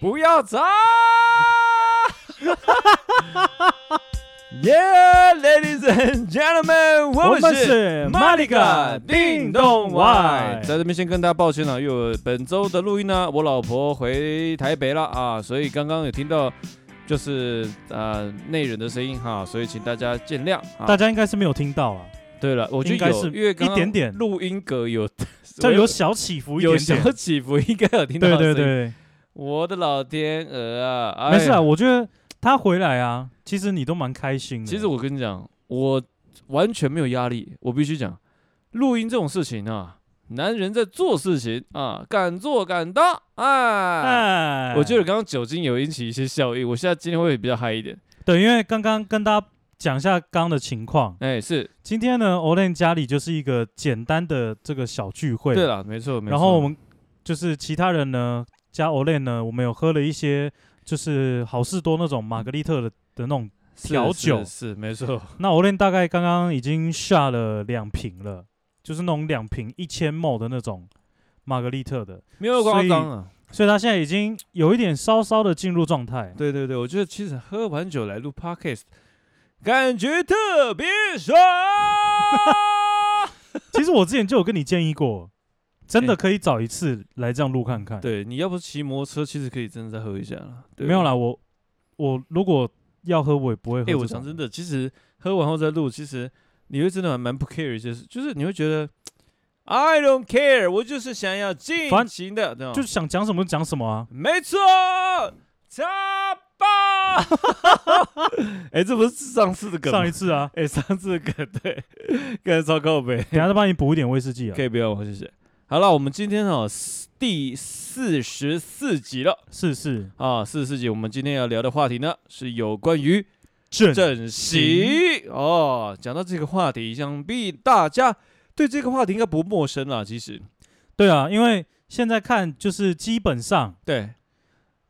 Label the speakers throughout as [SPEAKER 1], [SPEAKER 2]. [SPEAKER 1] 不要 走！Yeah, ladies and gentlemen，我们是 Malika 叮咚 Y，在这边先跟大家抱歉了，因为本周的录音呢，我老婆回台北了啊，所以刚刚有听到就是呃内人的声音哈，所以请大家见谅啊
[SPEAKER 2] 大。家应该是没有听到啊，
[SPEAKER 1] 对了，我觉
[SPEAKER 2] 应该
[SPEAKER 1] 得有，
[SPEAKER 2] 是
[SPEAKER 1] 因为刚刚
[SPEAKER 2] 一点点
[SPEAKER 1] 录音格有，
[SPEAKER 2] 这有小起伏 一
[SPEAKER 1] 有
[SPEAKER 2] 点
[SPEAKER 1] 小
[SPEAKER 2] 点。
[SPEAKER 1] 起伏，应该有听到
[SPEAKER 2] 对
[SPEAKER 1] 的
[SPEAKER 2] 对
[SPEAKER 1] 声音，
[SPEAKER 2] 对，
[SPEAKER 1] 我的老天鹅啊，
[SPEAKER 2] 没事
[SPEAKER 1] 哎
[SPEAKER 2] 啊，我觉得他回来啊，其实你都蛮开心的。
[SPEAKER 1] 其实我跟你讲，我完全没有压力，我必须讲，录音这种事情啊，男人在做事情啊，敢做敢当，哎。
[SPEAKER 2] 哎，
[SPEAKER 1] 我觉得刚刚酒精有引起一些效应，我现在今天会比较嗨一点。
[SPEAKER 2] 对，因为刚刚跟大家讲一下刚刚的情况。
[SPEAKER 1] 哎，是
[SPEAKER 2] 今天呢，Olen 家里就是一个简单的这个小聚会，
[SPEAKER 1] 对了，没错没错。
[SPEAKER 2] 然后我们就是其他人呢，加 Olen 呢，我们有喝了一些就是好事多那种玛格丽特的的那种。
[SPEAKER 1] 是
[SPEAKER 2] 调
[SPEAKER 1] 是
[SPEAKER 2] 酒
[SPEAKER 1] 是没错，
[SPEAKER 2] 那 Olen 大概刚刚已经下了两瓶了，就是那种两瓶一千 ml 的那种玛格丽特的，
[SPEAKER 1] 没有夸
[SPEAKER 2] 所以
[SPEAKER 1] 张啊。
[SPEAKER 2] 所以他现在已经有一点稍稍的进入状态。
[SPEAKER 1] 对对对，我觉得其实喝完酒来录 podcast，感觉特别 爽。
[SPEAKER 2] 其实我之前就有跟你建议 过，真的可以找一次来这样录看看。，
[SPEAKER 1] 对，你要不是骑摩托车，其实可以真的再喝一下了。对
[SPEAKER 2] 没有啦，我我如果要喝，我也不会喝
[SPEAKER 1] 哎、
[SPEAKER 2] 这种。
[SPEAKER 1] 我讲真的，其实喝完后再录，其实你会真的还蛮不 care 一些事，就是你会觉得 I don't care，我就是想要尽
[SPEAKER 2] 反
[SPEAKER 1] 情的，对吧？
[SPEAKER 2] 就想讲什么就讲什么啊。
[SPEAKER 1] 没错，他爸。 哎、这不是上次的梗吗？，
[SPEAKER 2] 上一次啊
[SPEAKER 1] 哎、上次的梗对，刚才糟糕呗。
[SPEAKER 2] 等一下再帮你补一点威士忌啊
[SPEAKER 1] 可。以不要吗？谢谢。好了，我们今天哦四第四十四集了
[SPEAKER 2] 是是，
[SPEAKER 1] 啊，四十四集，我们今天要聊的话题呢是有关于
[SPEAKER 2] 正
[SPEAKER 1] 整形哦。讲到这个话题，想必大家对这个话题应该不陌生啦。其实，
[SPEAKER 2] 对啊，因为现在看就是基本上
[SPEAKER 1] 对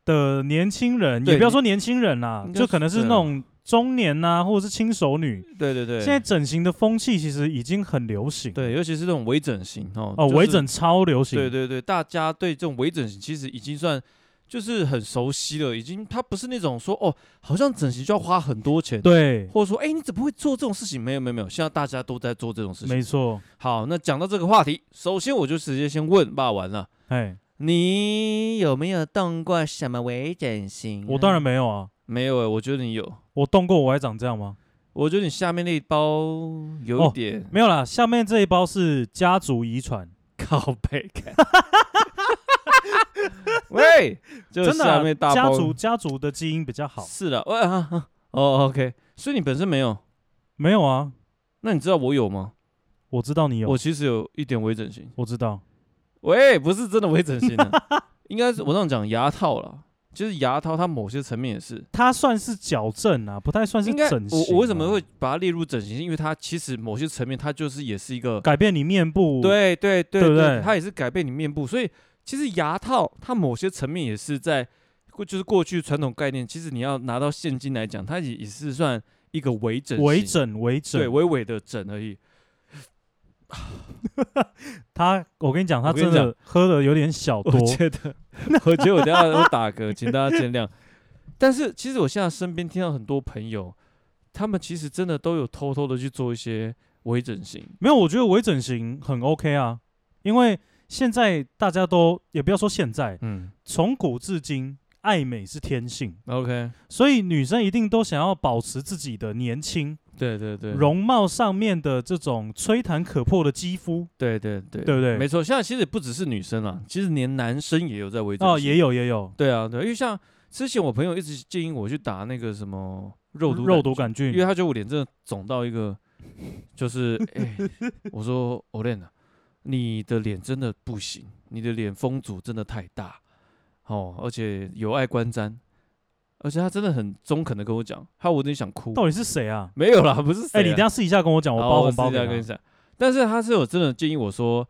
[SPEAKER 2] 的年轻人，
[SPEAKER 1] 对
[SPEAKER 2] 也不要说年轻人啦、
[SPEAKER 1] 应该
[SPEAKER 2] 就可能
[SPEAKER 1] 是
[SPEAKER 2] 是那种中年呐、或者是轻熟女。
[SPEAKER 1] 对对对，
[SPEAKER 2] 现在整形的风气其实已经很流行。
[SPEAKER 1] 对，尤其是这种微整形哦，
[SPEAKER 2] 哦，
[SPEAKER 1] 就是
[SPEAKER 2] 微整，超流行。
[SPEAKER 1] 对对对，大家对这种微整形其实已经算。就是很熟悉了，已经，它不是那种说哦，好像整形就要花很多钱，，
[SPEAKER 2] 对，
[SPEAKER 1] 或者说，哎、你怎么会做这种事情？没有，没有，没有，现在大家都在做这种事情
[SPEAKER 2] 没。错。
[SPEAKER 1] 好，那讲到这个话题，首先我就直接先问霸完了，
[SPEAKER 2] 哎，
[SPEAKER 1] 你有没有动过什么微整形啊？
[SPEAKER 2] 我当然没有啊，
[SPEAKER 1] 没有哎、我觉得你有，
[SPEAKER 2] 我动过我还长这样吗？
[SPEAKER 1] 我觉得你下面那一包有一
[SPEAKER 2] 哦
[SPEAKER 1] 点、
[SPEAKER 2] 没有啦，下面这一包是家族遗传，
[SPEAKER 1] 靠背 感。喂，就
[SPEAKER 2] 真的啊、
[SPEAKER 1] 下面大
[SPEAKER 2] 家
[SPEAKER 1] 包
[SPEAKER 2] 族家族的基因比较好。
[SPEAKER 1] 是的，喂啊啊哦，OK，所以你本身没有，
[SPEAKER 2] 没有啊，
[SPEAKER 1] 那你知道我有吗？
[SPEAKER 2] 我知道你有，
[SPEAKER 1] 我
[SPEAKER 2] 我
[SPEAKER 1] 其实有一点微整形，
[SPEAKER 2] 知道。
[SPEAKER 1] 喂，不是真的微整形、 啊，应该是我这样讲牙套啦，就是牙套它某些层面也是。
[SPEAKER 2] 它算是矫正啊，不太算是
[SPEAKER 1] 应该
[SPEAKER 2] 整形、啊
[SPEAKER 1] 我我为什么会把它列入整形？因为它其实某些层面它就是也是一个
[SPEAKER 2] 改变你面部？，
[SPEAKER 1] 对对对
[SPEAKER 2] 对不对
[SPEAKER 1] 它也是改变你面部，所以其实牙套它某些层面也是在过，就是过去传统概念，其实你要拿到现金来讲，它也也是算一个微整形，
[SPEAKER 2] 微整微整。
[SPEAKER 1] 对微微的整而已。
[SPEAKER 2] 他，我跟你讲，他
[SPEAKER 1] 我跟你
[SPEAKER 2] 真的喝的有点小
[SPEAKER 1] 我
[SPEAKER 2] 多。
[SPEAKER 1] 觉得， 我觉得我等一下会打嗝，请大家见谅。但是其实我现在身边听到很多朋友，他们其实真的都有偷偷的去做一些微整形，
[SPEAKER 2] 没有，我觉得微整形很 OK 啊，因为现在大家都也不要说现在，
[SPEAKER 1] 嗯
[SPEAKER 2] 从古至今，爱美是天性，
[SPEAKER 1] ，OK，
[SPEAKER 2] 所以女生一定都想要保持自己的年轻，
[SPEAKER 1] 对对对，
[SPEAKER 2] 容貌上面的这种吹弹可破的肌肤。
[SPEAKER 1] 对对对，
[SPEAKER 2] 对不对
[SPEAKER 1] 没错，现在其实不只是女生啦，其实连男生也有在微整
[SPEAKER 2] 哦，
[SPEAKER 1] 形
[SPEAKER 2] 也有也有
[SPEAKER 1] 对啊，对啊，因为像之前我朋友一直建议我去打那个什么肉毒
[SPEAKER 2] 肉毒
[SPEAKER 1] 杆
[SPEAKER 2] 杆
[SPEAKER 1] 菌，因为
[SPEAKER 2] 菌，
[SPEAKER 1] 他觉得我脸真的肿到一个， 就是哎、我说 Olen 啊，你的脸真的不行，你的脸丰足真的太大，哦，而且有碍观瞻，而且他真的很中肯的跟我讲，害我有点想哭。
[SPEAKER 2] 到底是谁啊？
[SPEAKER 1] 没有啦，不是谁啊、
[SPEAKER 2] 哎，你等一下私底下跟我讲，我
[SPEAKER 1] 好
[SPEAKER 2] 包红包
[SPEAKER 1] 哦私
[SPEAKER 2] 给
[SPEAKER 1] 底下跟你
[SPEAKER 2] 他。
[SPEAKER 1] 讲。但是他是有真的建议我说，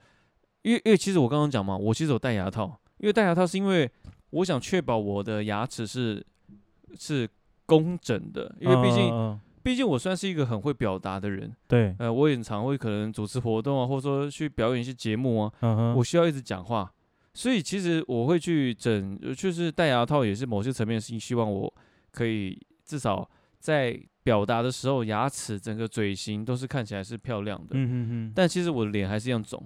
[SPEAKER 1] 因为因为其实我刚刚讲嘛，我其实有戴牙套，因为戴牙套是因为我想确保我的牙齿是是工整的，因为毕竟、
[SPEAKER 2] 嗯嗯嗯
[SPEAKER 1] 毕竟我算是一个很会表达的人，
[SPEAKER 2] 对，
[SPEAKER 1] 呃，我也很常会可能主持活动啊，或者说去表演一些节目啊，
[SPEAKER 2] 嗯哼，
[SPEAKER 1] 我需要一直讲话，所以其实我会去整，呃就是戴牙套也是某些层面是希望我可以至少在表达的时候，牙齿整个嘴型都是看起来是漂亮的。
[SPEAKER 2] 嗯哼哼，
[SPEAKER 1] 但其实我的脸还是一样肿。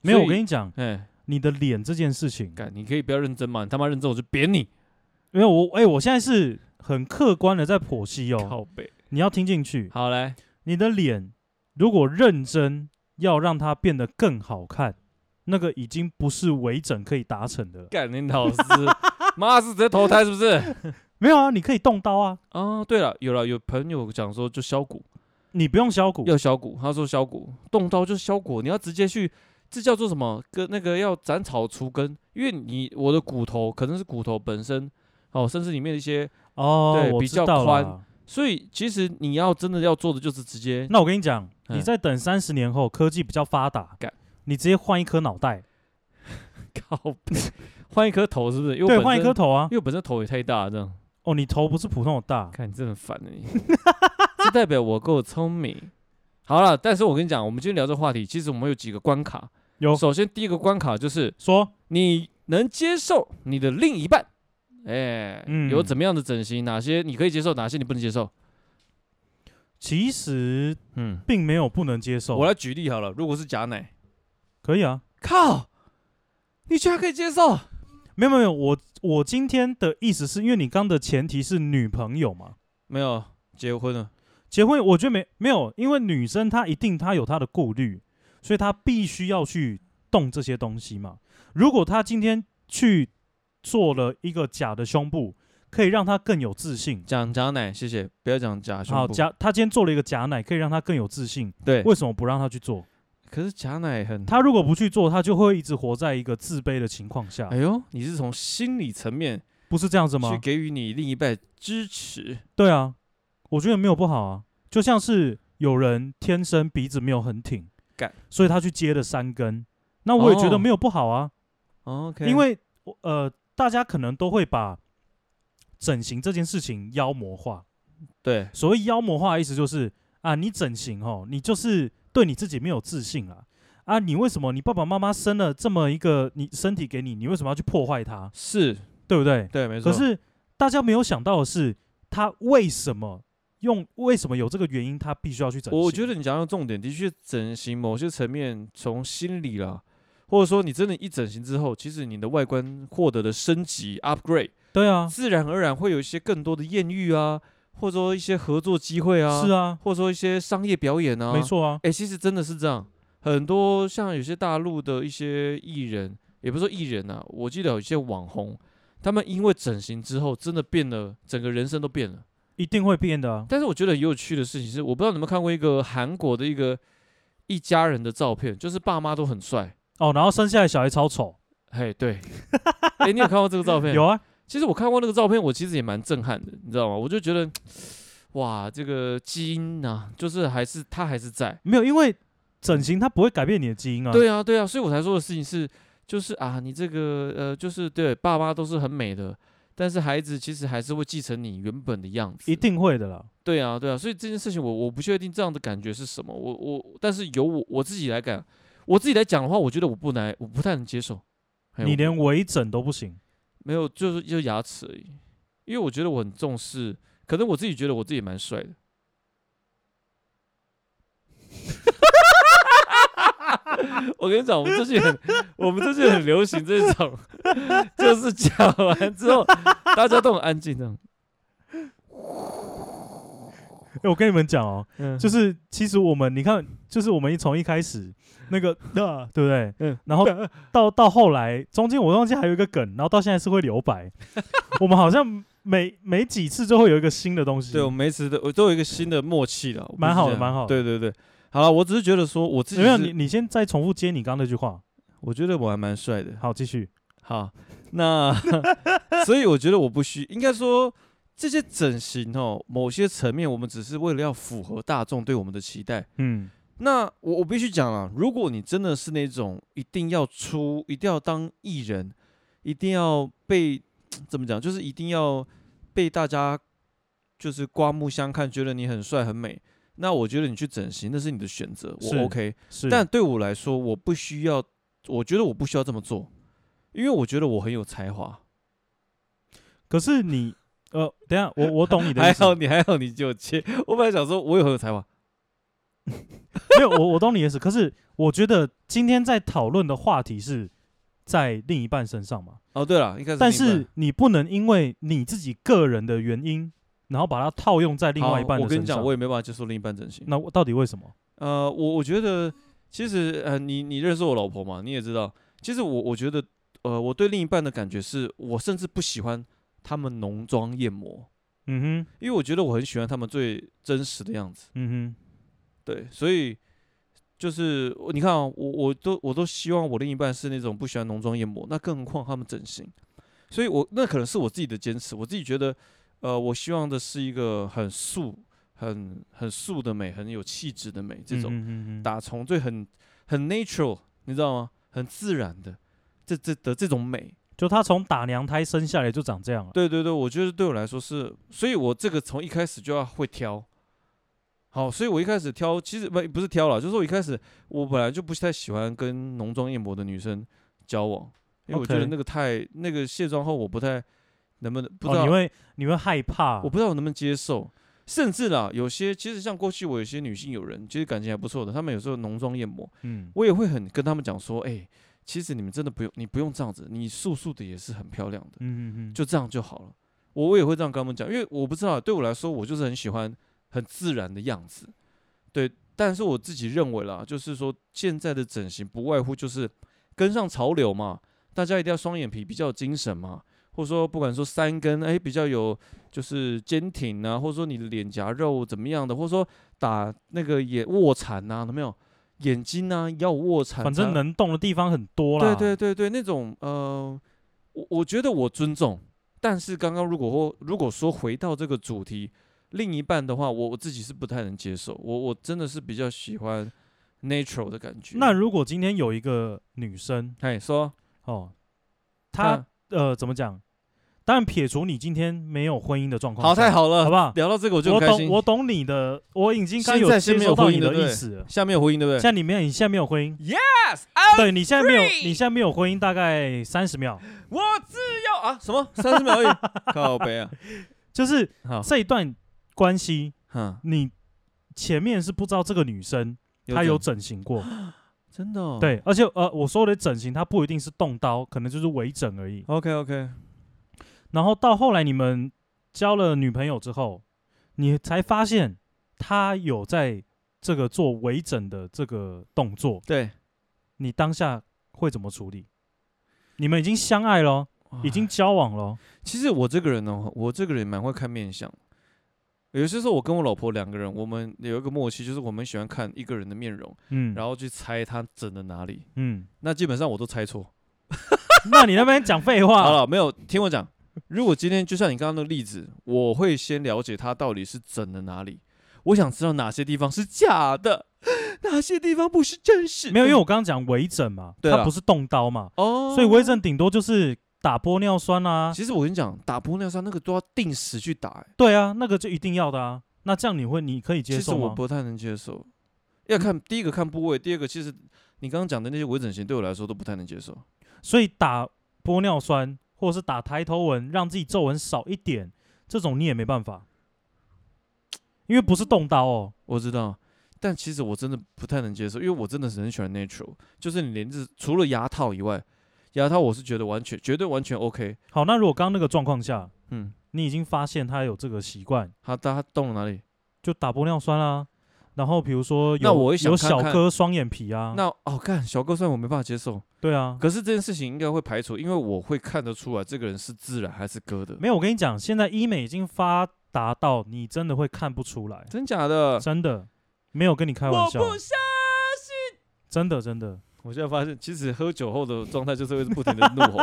[SPEAKER 2] 没有，
[SPEAKER 1] 所
[SPEAKER 2] 我
[SPEAKER 1] 以
[SPEAKER 2] 跟你讲，
[SPEAKER 1] 哎，
[SPEAKER 2] 你的脸这件事情，
[SPEAKER 1] 干，你可以不要认真嘛，你他妈认真我就扁你。
[SPEAKER 2] 没有我，哎、我现在是很客观的在剖析哦，
[SPEAKER 1] 靠背。
[SPEAKER 2] 你要听进去，
[SPEAKER 1] 好来，
[SPEAKER 2] 你的脸如果认真要让它变得更好看，那个已经不是微整可以达成的了。
[SPEAKER 1] 干你老 师，妈是直接投胎是不是？
[SPEAKER 2] 没有啊，你可以动刀啊，
[SPEAKER 1] 哦，对了，有了，有朋友讲说就削骨，
[SPEAKER 2] 你不用削骨，
[SPEAKER 1] 要削骨，他说削骨，动刀就是削骨，你要直接去，这叫做什么？跟那个要斩草除根，因为你我的骨头可能是骨头本身，哦，甚至里面的一些，
[SPEAKER 2] 哦
[SPEAKER 1] 对，
[SPEAKER 2] 我
[SPEAKER 1] 比
[SPEAKER 2] 知
[SPEAKER 1] 较
[SPEAKER 2] 道
[SPEAKER 1] 宽
[SPEAKER 2] 啦
[SPEAKER 1] 所以其实你要真的要做的就是直接
[SPEAKER 2] 那我跟你讲，
[SPEAKER 1] 嗯
[SPEAKER 2] 你再等三十年后，科技比较发达
[SPEAKER 1] 干，
[SPEAKER 2] 你直接换一颗脑袋，
[SPEAKER 1] 靠背，换一颗头是不是？因为
[SPEAKER 2] 对，
[SPEAKER 1] 我本
[SPEAKER 2] 换一
[SPEAKER 1] 身
[SPEAKER 2] 颗，头啊
[SPEAKER 1] 因。为我本身头也太大了，这样，
[SPEAKER 2] 哦，你头不是普通的大，
[SPEAKER 1] 看你真的很烦的、欸 你，这代表我够聪明。好了，但是我跟你讲，我们今天聊这个话题，其实我们有几个关卡。
[SPEAKER 2] 有
[SPEAKER 1] 首先第一个关卡就是
[SPEAKER 2] 说
[SPEAKER 1] 你能接受你的另一半，哎、
[SPEAKER 2] 嗯
[SPEAKER 1] 有怎么样的整形，哪些你可以接受，哪些你不能接受？
[SPEAKER 2] 其实
[SPEAKER 1] 嗯，
[SPEAKER 2] 并没有不能接受，
[SPEAKER 1] 我来举例好了，如果是假奶，
[SPEAKER 2] 可以啊，
[SPEAKER 1] 靠，你居然可以接受？
[SPEAKER 2] 没有没有，我我今天的意思是因为你刚的前提是女朋友嘛，
[SPEAKER 1] 没有，结婚了。
[SPEAKER 2] 结婚我觉得没没有，因为女生她一定她有她的顾虑，所以她必须要去动这些东西嘛。如果她今天去做了一个假的胸部，可以让她更有自信。
[SPEAKER 1] 讲假奶，谢谢，不要讲假胸部。
[SPEAKER 2] 好，假她今天做了一个假奶，可以让她更有自信，
[SPEAKER 1] 对，
[SPEAKER 2] 为什么不让她去做？
[SPEAKER 1] 可是假奶很
[SPEAKER 2] 她如果不去做，她就会一直活在一个自卑的情况下
[SPEAKER 1] 哎，呦，你是从心理层面
[SPEAKER 2] 不是这样子吗
[SPEAKER 1] 去？给予你另一半支持，
[SPEAKER 2] 对啊，我觉得没有不好啊，就像是有人天生鼻子没有很挺
[SPEAKER 1] 干，
[SPEAKER 2] 所以他去接了三根，那我也觉
[SPEAKER 1] 哦
[SPEAKER 2] 得没有不好啊，
[SPEAKER 1] OK，
[SPEAKER 2] 因为我呃，大家可能都会把整形这件事情妖魔化。
[SPEAKER 1] 对
[SPEAKER 2] 所谓妖魔化的意思就是啊，你整形哦，你就是对你自己没有自信啦。啊，你为什么你爸爸妈妈生了这么一个你身体给你，你为什么要去破坏它，
[SPEAKER 1] 是，
[SPEAKER 2] 对不对？
[SPEAKER 1] 对，没错。
[SPEAKER 2] 可是大家没有想到的是，他为什么用为什么有这个原因，他必须要去整形？
[SPEAKER 1] 我觉得你讲到重点，的确整形某些层面从心理啦，或者说你真的一整形之后，其实你的外观获得的升级 upgrade，
[SPEAKER 2] 对啊，
[SPEAKER 1] 自然而然会有一些更多的艳遇啊，或者说一些合作机会啊，
[SPEAKER 2] 是啊，
[SPEAKER 1] 或者说一些商业表演啊，
[SPEAKER 2] 没。错啊，
[SPEAKER 1] 哎、其实真的是这样，很多像有些大陆的一些艺人，也不是说艺人啊，我记得有一些网红，他们因为整形之后，真的变了，整个人生都变了。
[SPEAKER 2] 一定会变的啊。
[SPEAKER 1] 但是我觉得很有趣的事情是，我不知道你们有没有看过一个韩国的一个一家人的照片，就是爸妈都很帅。
[SPEAKER 2] 哦，然后生下来小孩超丑，
[SPEAKER 1] 嘿，对，哎、你有看过这个照片？
[SPEAKER 2] 有。啊，
[SPEAKER 1] 其实我看过那个照片，我其实也蛮震撼的，你知道吗？我就觉得，哇，这个基因呐、就是还是它还是在。
[SPEAKER 2] 没有，因为整形它不会改变你的基因啊。，
[SPEAKER 1] 对啊，对啊，所以我才说的事情是，就是啊，你这个呃，就是对，爸妈都是很美的，但是孩子其实还是会继承你原本的样子。
[SPEAKER 2] 一定会的啦。
[SPEAKER 1] 对啊，对啊，所以这件事情我我不确定这样的感觉是什么，我我但是由我我自己来感，我自己来讲的话，我觉得我不难，我不太能接受。嘿哎
[SPEAKER 2] 你
[SPEAKER 1] 我
[SPEAKER 2] 连微整都不行，
[SPEAKER 1] 没有就是就牙齿而已，因为我觉得我很重视，可能我自己觉得我自己蛮帅的。 我跟你讲，我们最近很，我们最近很流行这种， 就是讲完之后，大家都很安静这样。
[SPEAKER 2] 哎，我跟你们讲哦，
[SPEAKER 1] 嗯
[SPEAKER 2] 就是其实我们你看，就是我们一从一开始 那个，啊对不对？
[SPEAKER 1] 嗯
[SPEAKER 2] 然后到到后来，中间我忘记还有一个梗，然后到现在是会 留白。我们好像每每几次就会有一个新的东西。
[SPEAKER 1] 对，我们每次都我都有一个新的默契了，我
[SPEAKER 2] 蛮好的
[SPEAKER 1] 不是这样
[SPEAKER 2] 蛮好的
[SPEAKER 1] 对对对，好了，我只是觉得说我自己
[SPEAKER 2] 没有
[SPEAKER 1] 是
[SPEAKER 2] 你，你先再重复接你刚刚那句话。
[SPEAKER 1] 我觉得我还蛮帅的。
[SPEAKER 2] 好，继续。
[SPEAKER 1] 好，那 所以我觉得我不需，应该说这些整形哦，某些层面我们只是为了要符合大众对我们的期待。
[SPEAKER 2] 嗯，
[SPEAKER 1] 那我我必须讲啊，如果你真的是那种一定要出，一定要当艺人，一定要被怎么讲，就是一定要被大家就是刮目相看，觉得你很帅很美，那我觉得你去整形那是你的选择，
[SPEAKER 2] 是
[SPEAKER 1] 我 OK。
[SPEAKER 2] 是。
[SPEAKER 1] 但对我来说，我不需要，我觉得我不需要这么做，因为我觉得我很有才华。
[SPEAKER 2] 可是你，呃，等一下，我我懂你的
[SPEAKER 1] 还
[SPEAKER 2] 意思，
[SPEAKER 1] 好你还好你就切，我本来想说我有很有才华，
[SPEAKER 2] 没有，我我懂你的意思。可是我觉得今天在讨论的话题是在另一半身上嘛，
[SPEAKER 1] 哦，对了，应该是另一半，
[SPEAKER 2] 但是你不能因为你自己个人的原因，然后把它套用在另外一
[SPEAKER 1] 好
[SPEAKER 2] 半
[SPEAKER 1] 我
[SPEAKER 2] 的
[SPEAKER 1] 跟
[SPEAKER 2] 身
[SPEAKER 1] 你
[SPEAKER 2] 上。
[SPEAKER 1] 讲，我也没办法接受另一半整形。
[SPEAKER 2] 那我到底为什么？
[SPEAKER 1] 呃，我我觉得其实呃，你你认识我老婆嘛，你也知道，其实我我觉得呃，我对另一半的感觉是我甚至不喜欢他们浓妆艳抹，
[SPEAKER 2] 嗯哼，
[SPEAKER 1] 因为我觉得我很喜欢他们最真实的样子。
[SPEAKER 2] 嗯
[SPEAKER 1] 对，所以就是我你看啊、我我都我都希望我另一半是那种不喜欢浓妆艳抹，那更何况他们整形。所以我那可能是我自己的坚持，我自己觉得，呃，我希望的是一个很素、很很素的美，很有气质的美，
[SPEAKER 2] 哼，
[SPEAKER 1] 这种
[SPEAKER 2] 嗯哼嗯哼
[SPEAKER 1] 打从最很很 natural，你知道吗？很自然的这这的这种美。
[SPEAKER 2] 就他从打娘胎生下来就长这样了。
[SPEAKER 1] 对对对，我觉得对我来说是，所以我这个从一开始就要会挑。好，所以我一开始挑，其实不不是挑了，就是我一开始我本来就不太喜欢跟浓妆艳抹的女生交往，因为我觉得
[SPEAKER 2] OK
[SPEAKER 1] 那个太那个卸妆后我不太能不能不知
[SPEAKER 2] 哦，
[SPEAKER 1] 道，
[SPEAKER 2] 你会你会害怕？
[SPEAKER 1] 我不知道我能不能接受。甚至啦，有些其实像过去我有些女性友人，其实感情还不错的，她们有时候浓妆艳抹，
[SPEAKER 2] 嗯
[SPEAKER 1] 我也会很跟她们讲说，哎、其实你们真的不用，你不用这样子，你素素的也是很漂亮的。
[SPEAKER 2] 嗯嗯嗯，
[SPEAKER 1] 就这样就好了。我我也会这样跟他们讲，因为我不知道，对我来说，我就是很喜欢很自然的样子，对。但是我自己认为啦，就是说现在的整形不外乎就是跟上潮流嘛，大家一定要双眼皮比较有精神嘛，或者说不管说三根哎比较有就是坚挺啊，或者说你的脸颊肉怎么样的，或者说打那个眼卧蚕呐、啊，有没有？眼睛啊要有卧蚕，
[SPEAKER 2] 反正能动的地方很多啦。
[SPEAKER 1] 对对对对，那种呃，我我觉得我尊重，但是刚刚如果说如果说回到这个主题，另一半的话，我我自己是不太能接受，我我真的是比较喜欢 natural 的感觉。
[SPEAKER 2] 那如果今天有一个女生
[SPEAKER 1] 哎说
[SPEAKER 2] 哦，她
[SPEAKER 1] 啊
[SPEAKER 2] 呃怎么讲？当然撇除你今天没有婚姻的状况
[SPEAKER 1] 好
[SPEAKER 2] 下，
[SPEAKER 1] 太好了，
[SPEAKER 2] 好不好？
[SPEAKER 1] 聊到这个我就
[SPEAKER 2] 我
[SPEAKER 1] 很开
[SPEAKER 2] 懂，
[SPEAKER 1] 心。
[SPEAKER 2] 我懂你的，我已经刚
[SPEAKER 1] 现在是
[SPEAKER 2] 接
[SPEAKER 1] 没
[SPEAKER 2] 收
[SPEAKER 1] 有
[SPEAKER 2] 到
[SPEAKER 1] 婚
[SPEAKER 2] 你
[SPEAKER 1] 姻的
[SPEAKER 2] 的
[SPEAKER 1] 对
[SPEAKER 2] 意思了。
[SPEAKER 1] 下面有回应对不对？
[SPEAKER 2] 像你没有，你现在没有婚姻
[SPEAKER 1] Yes，
[SPEAKER 2] 对你现在没有，
[SPEAKER 1] free
[SPEAKER 2] 你现在没有婚姻，大概三十秒，
[SPEAKER 1] 我自由啊！什么三十秒而 已，靠北啊！
[SPEAKER 2] 就是
[SPEAKER 1] 好，
[SPEAKER 2] 这一段关系，
[SPEAKER 1] 哈，
[SPEAKER 2] 你前面是不知道这个女生她有整形过，
[SPEAKER 1] 真的、哦、
[SPEAKER 2] 对，而且呃，我说的整形，它不一定是动刀，可能就是微整而已。
[SPEAKER 1] ，OK OK，
[SPEAKER 2] 然后到后来你们交了女朋友之后，你才发现她有在这个做微整的这个动作，
[SPEAKER 1] 对，
[SPEAKER 2] 你当下会怎么处理？你们已经相爱咯，已经交往咯。
[SPEAKER 1] 其实我这个人呢，我这个人蛮会看面相。有些时候我跟我老婆两个人，我们有一个默契，就是我们喜欢看一个人的面容，
[SPEAKER 2] 嗯，
[SPEAKER 1] 然
[SPEAKER 2] 后
[SPEAKER 1] 后去猜他整的哪里。
[SPEAKER 2] 嗯，
[SPEAKER 1] 那基本上我都猜错。
[SPEAKER 2] 那你那边讲废话
[SPEAKER 1] 好了，没有听我讲。如果今天就像你刚刚那个例子，我会先了解他到底是整的哪里，我想知道哪些地方是假的， 哪些地方不是真实的。
[SPEAKER 2] 没有？因为我刚刚讲微整嘛，
[SPEAKER 1] 对啊
[SPEAKER 2] 它
[SPEAKER 1] 啦
[SPEAKER 2] 不是动刀嘛，
[SPEAKER 1] 哦，
[SPEAKER 2] 所以微整顶多就是打玻尿酸啊，
[SPEAKER 1] 其实我跟你讲，打玻尿酸那个都要定时去打、欸
[SPEAKER 2] 对啊，那个就一定要的啊。那这样你会，你可以接
[SPEAKER 1] 其实
[SPEAKER 2] 受
[SPEAKER 1] 我
[SPEAKER 2] 吗？嗯
[SPEAKER 1] 不太能接受，要看第一个看部位，第二个其实你刚刚讲的那些微整形对我来说都不太能接受。
[SPEAKER 2] 所以打玻尿酸或者是打抬头纹，让自己皱纹少一点，这种你也没办法，因为不是动刀哦。
[SPEAKER 1] 我知道，但其实我真的不太能接受，因为我真的是很喜欢 natural，就是你连这除了牙套以外，牙套我是觉得完全绝对完全 OK。
[SPEAKER 2] 好，那如果刚刚那个状况下，
[SPEAKER 1] 嗯，
[SPEAKER 2] 你已经发现他有这个习惯，
[SPEAKER 1] 他他动了哪里？
[SPEAKER 2] 就打玻尿酸啦、啊然后比如说有
[SPEAKER 1] 那我也想
[SPEAKER 2] 有
[SPEAKER 1] 看
[SPEAKER 2] 小
[SPEAKER 1] 看
[SPEAKER 2] 哥双眼皮啊，
[SPEAKER 1] 那哦，看小哥算我没办法接受，
[SPEAKER 2] 对啊，
[SPEAKER 1] 可是这件事情应该会排除，因为我会看得出来这个人是自然还是割的，
[SPEAKER 2] 没有，我跟你讲，现在医美已经发达到你真的会看不出来，
[SPEAKER 1] 真假的？
[SPEAKER 2] 真的没有跟你开玩笑，
[SPEAKER 1] 信。
[SPEAKER 2] 真的真的，
[SPEAKER 1] 我现在发现，其实喝酒后的状态就是会不停的怒 吼，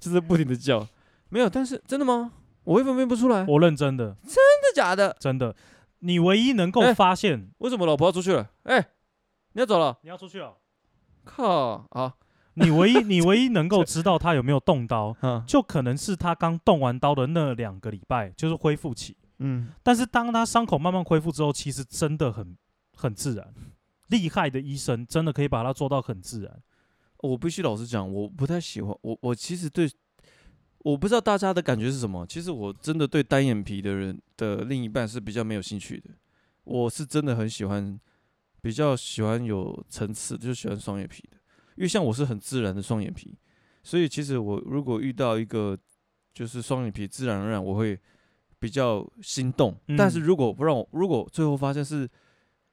[SPEAKER 1] 就是不停的叫。没有，但是真的吗？我会分辨不出来，真的
[SPEAKER 2] 我认真的
[SPEAKER 1] 假的？
[SPEAKER 2] 真的，你唯一能够
[SPEAKER 1] 哎
[SPEAKER 2] 发现，
[SPEAKER 1] 为什么老婆要出去了？哎、你要走了？
[SPEAKER 2] 你要出去 哦。
[SPEAKER 1] 靠啊！
[SPEAKER 2] 你唯一你唯一能够知道他有没有动刀，
[SPEAKER 1] 哈，
[SPEAKER 2] 就可能是他刚动完刀的那两个礼拜，就是恢复期。
[SPEAKER 1] 嗯，
[SPEAKER 2] 但是当他伤口慢慢恢复之后，其实真的很很自然。厉害的医生真的可以把它做到很自然，
[SPEAKER 1] 我必须老实讲，我不太喜欢我我其实对，我不知道大家的感觉是什么。其实我真的对单眼皮的人的另一半是比较没有兴趣的。我是真的很喜欢，比较喜欢有层次，就喜欢双眼皮的。因为像我是很自然的双眼皮，所以其实我如果遇到一个就是双眼皮自然而然，我会比较心动。
[SPEAKER 2] 嗯
[SPEAKER 1] 但是如果不让我，如果最后发现是，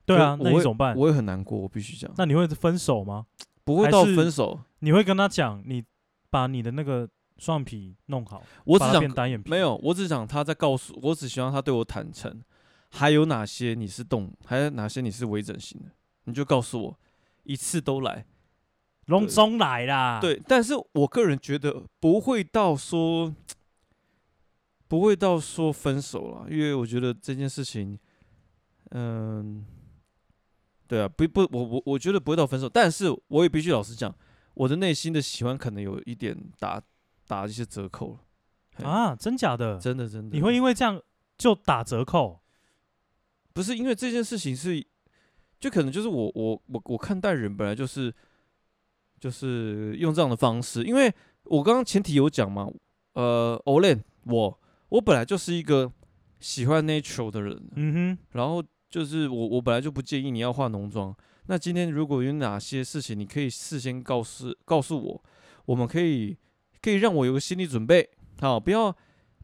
[SPEAKER 2] 对啊，
[SPEAKER 1] 我
[SPEAKER 2] 那
[SPEAKER 1] 我
[SPEAKER 2] 你
[SPEAKER 1] 会
[SPEAKER 2] 怎么办？
[SPEAKER 1] 我也很难过。我必须讲，
[SPEAKER 2] 那你会分手吗？
[SPEAKER 1] 不会
[SPEAKER 2] 还
[SPEAKER 1] 到
[SPEAKER 2] 是
[SPEAKER 1] 分手，
[SPEAKER 2] 你会跟他讲，你把你的那个双眼皮弄好，
[SPEAKER 1] 我只
[SPEAKER 2] 把它
[SPEAKER 1] 想
[SPEAKER 2] 变单眼皮。
[SPEAKER 1] 没有，我只想他在告诉我，只希望他对我坦诚，还有哪些你是动，还有哪些你是微整形的，你就告诉我，一次都来。
[SPEAKER 2] 隆中来啦。，
[SPEAKER 1] 对，但是我个人觉得不会到说，不会到说分手了，因为我觉得这件事情，嗯、对啊，不不，我我我觉得不会到分手，但是我也必须老实讲，我的内心的喜欢可能有一点打打一些折扣了，嘿
[SPEAKER 2] 啊，真假的？
[SPEAKER 1] 真的真的，
[SPEAKER 2] 你会因为这样就打折扣？
[SPEAKER 1] 不是因为这件事情是，就可能就是我我我我看待人本来就是就是用这样的方式，因为我刚刚前提有讲嘛，呃，Olen，我我本来就是一个喜欢 natural 的人，
[SPEAKER 2] 嗯哼，
[SPEAKER 1] 然后就是我我本来就不建议你要化浓妆。那今天如果有哪些事情，你可以事先告诉告诉我，我们可以可以让我有个心理准备，好，不要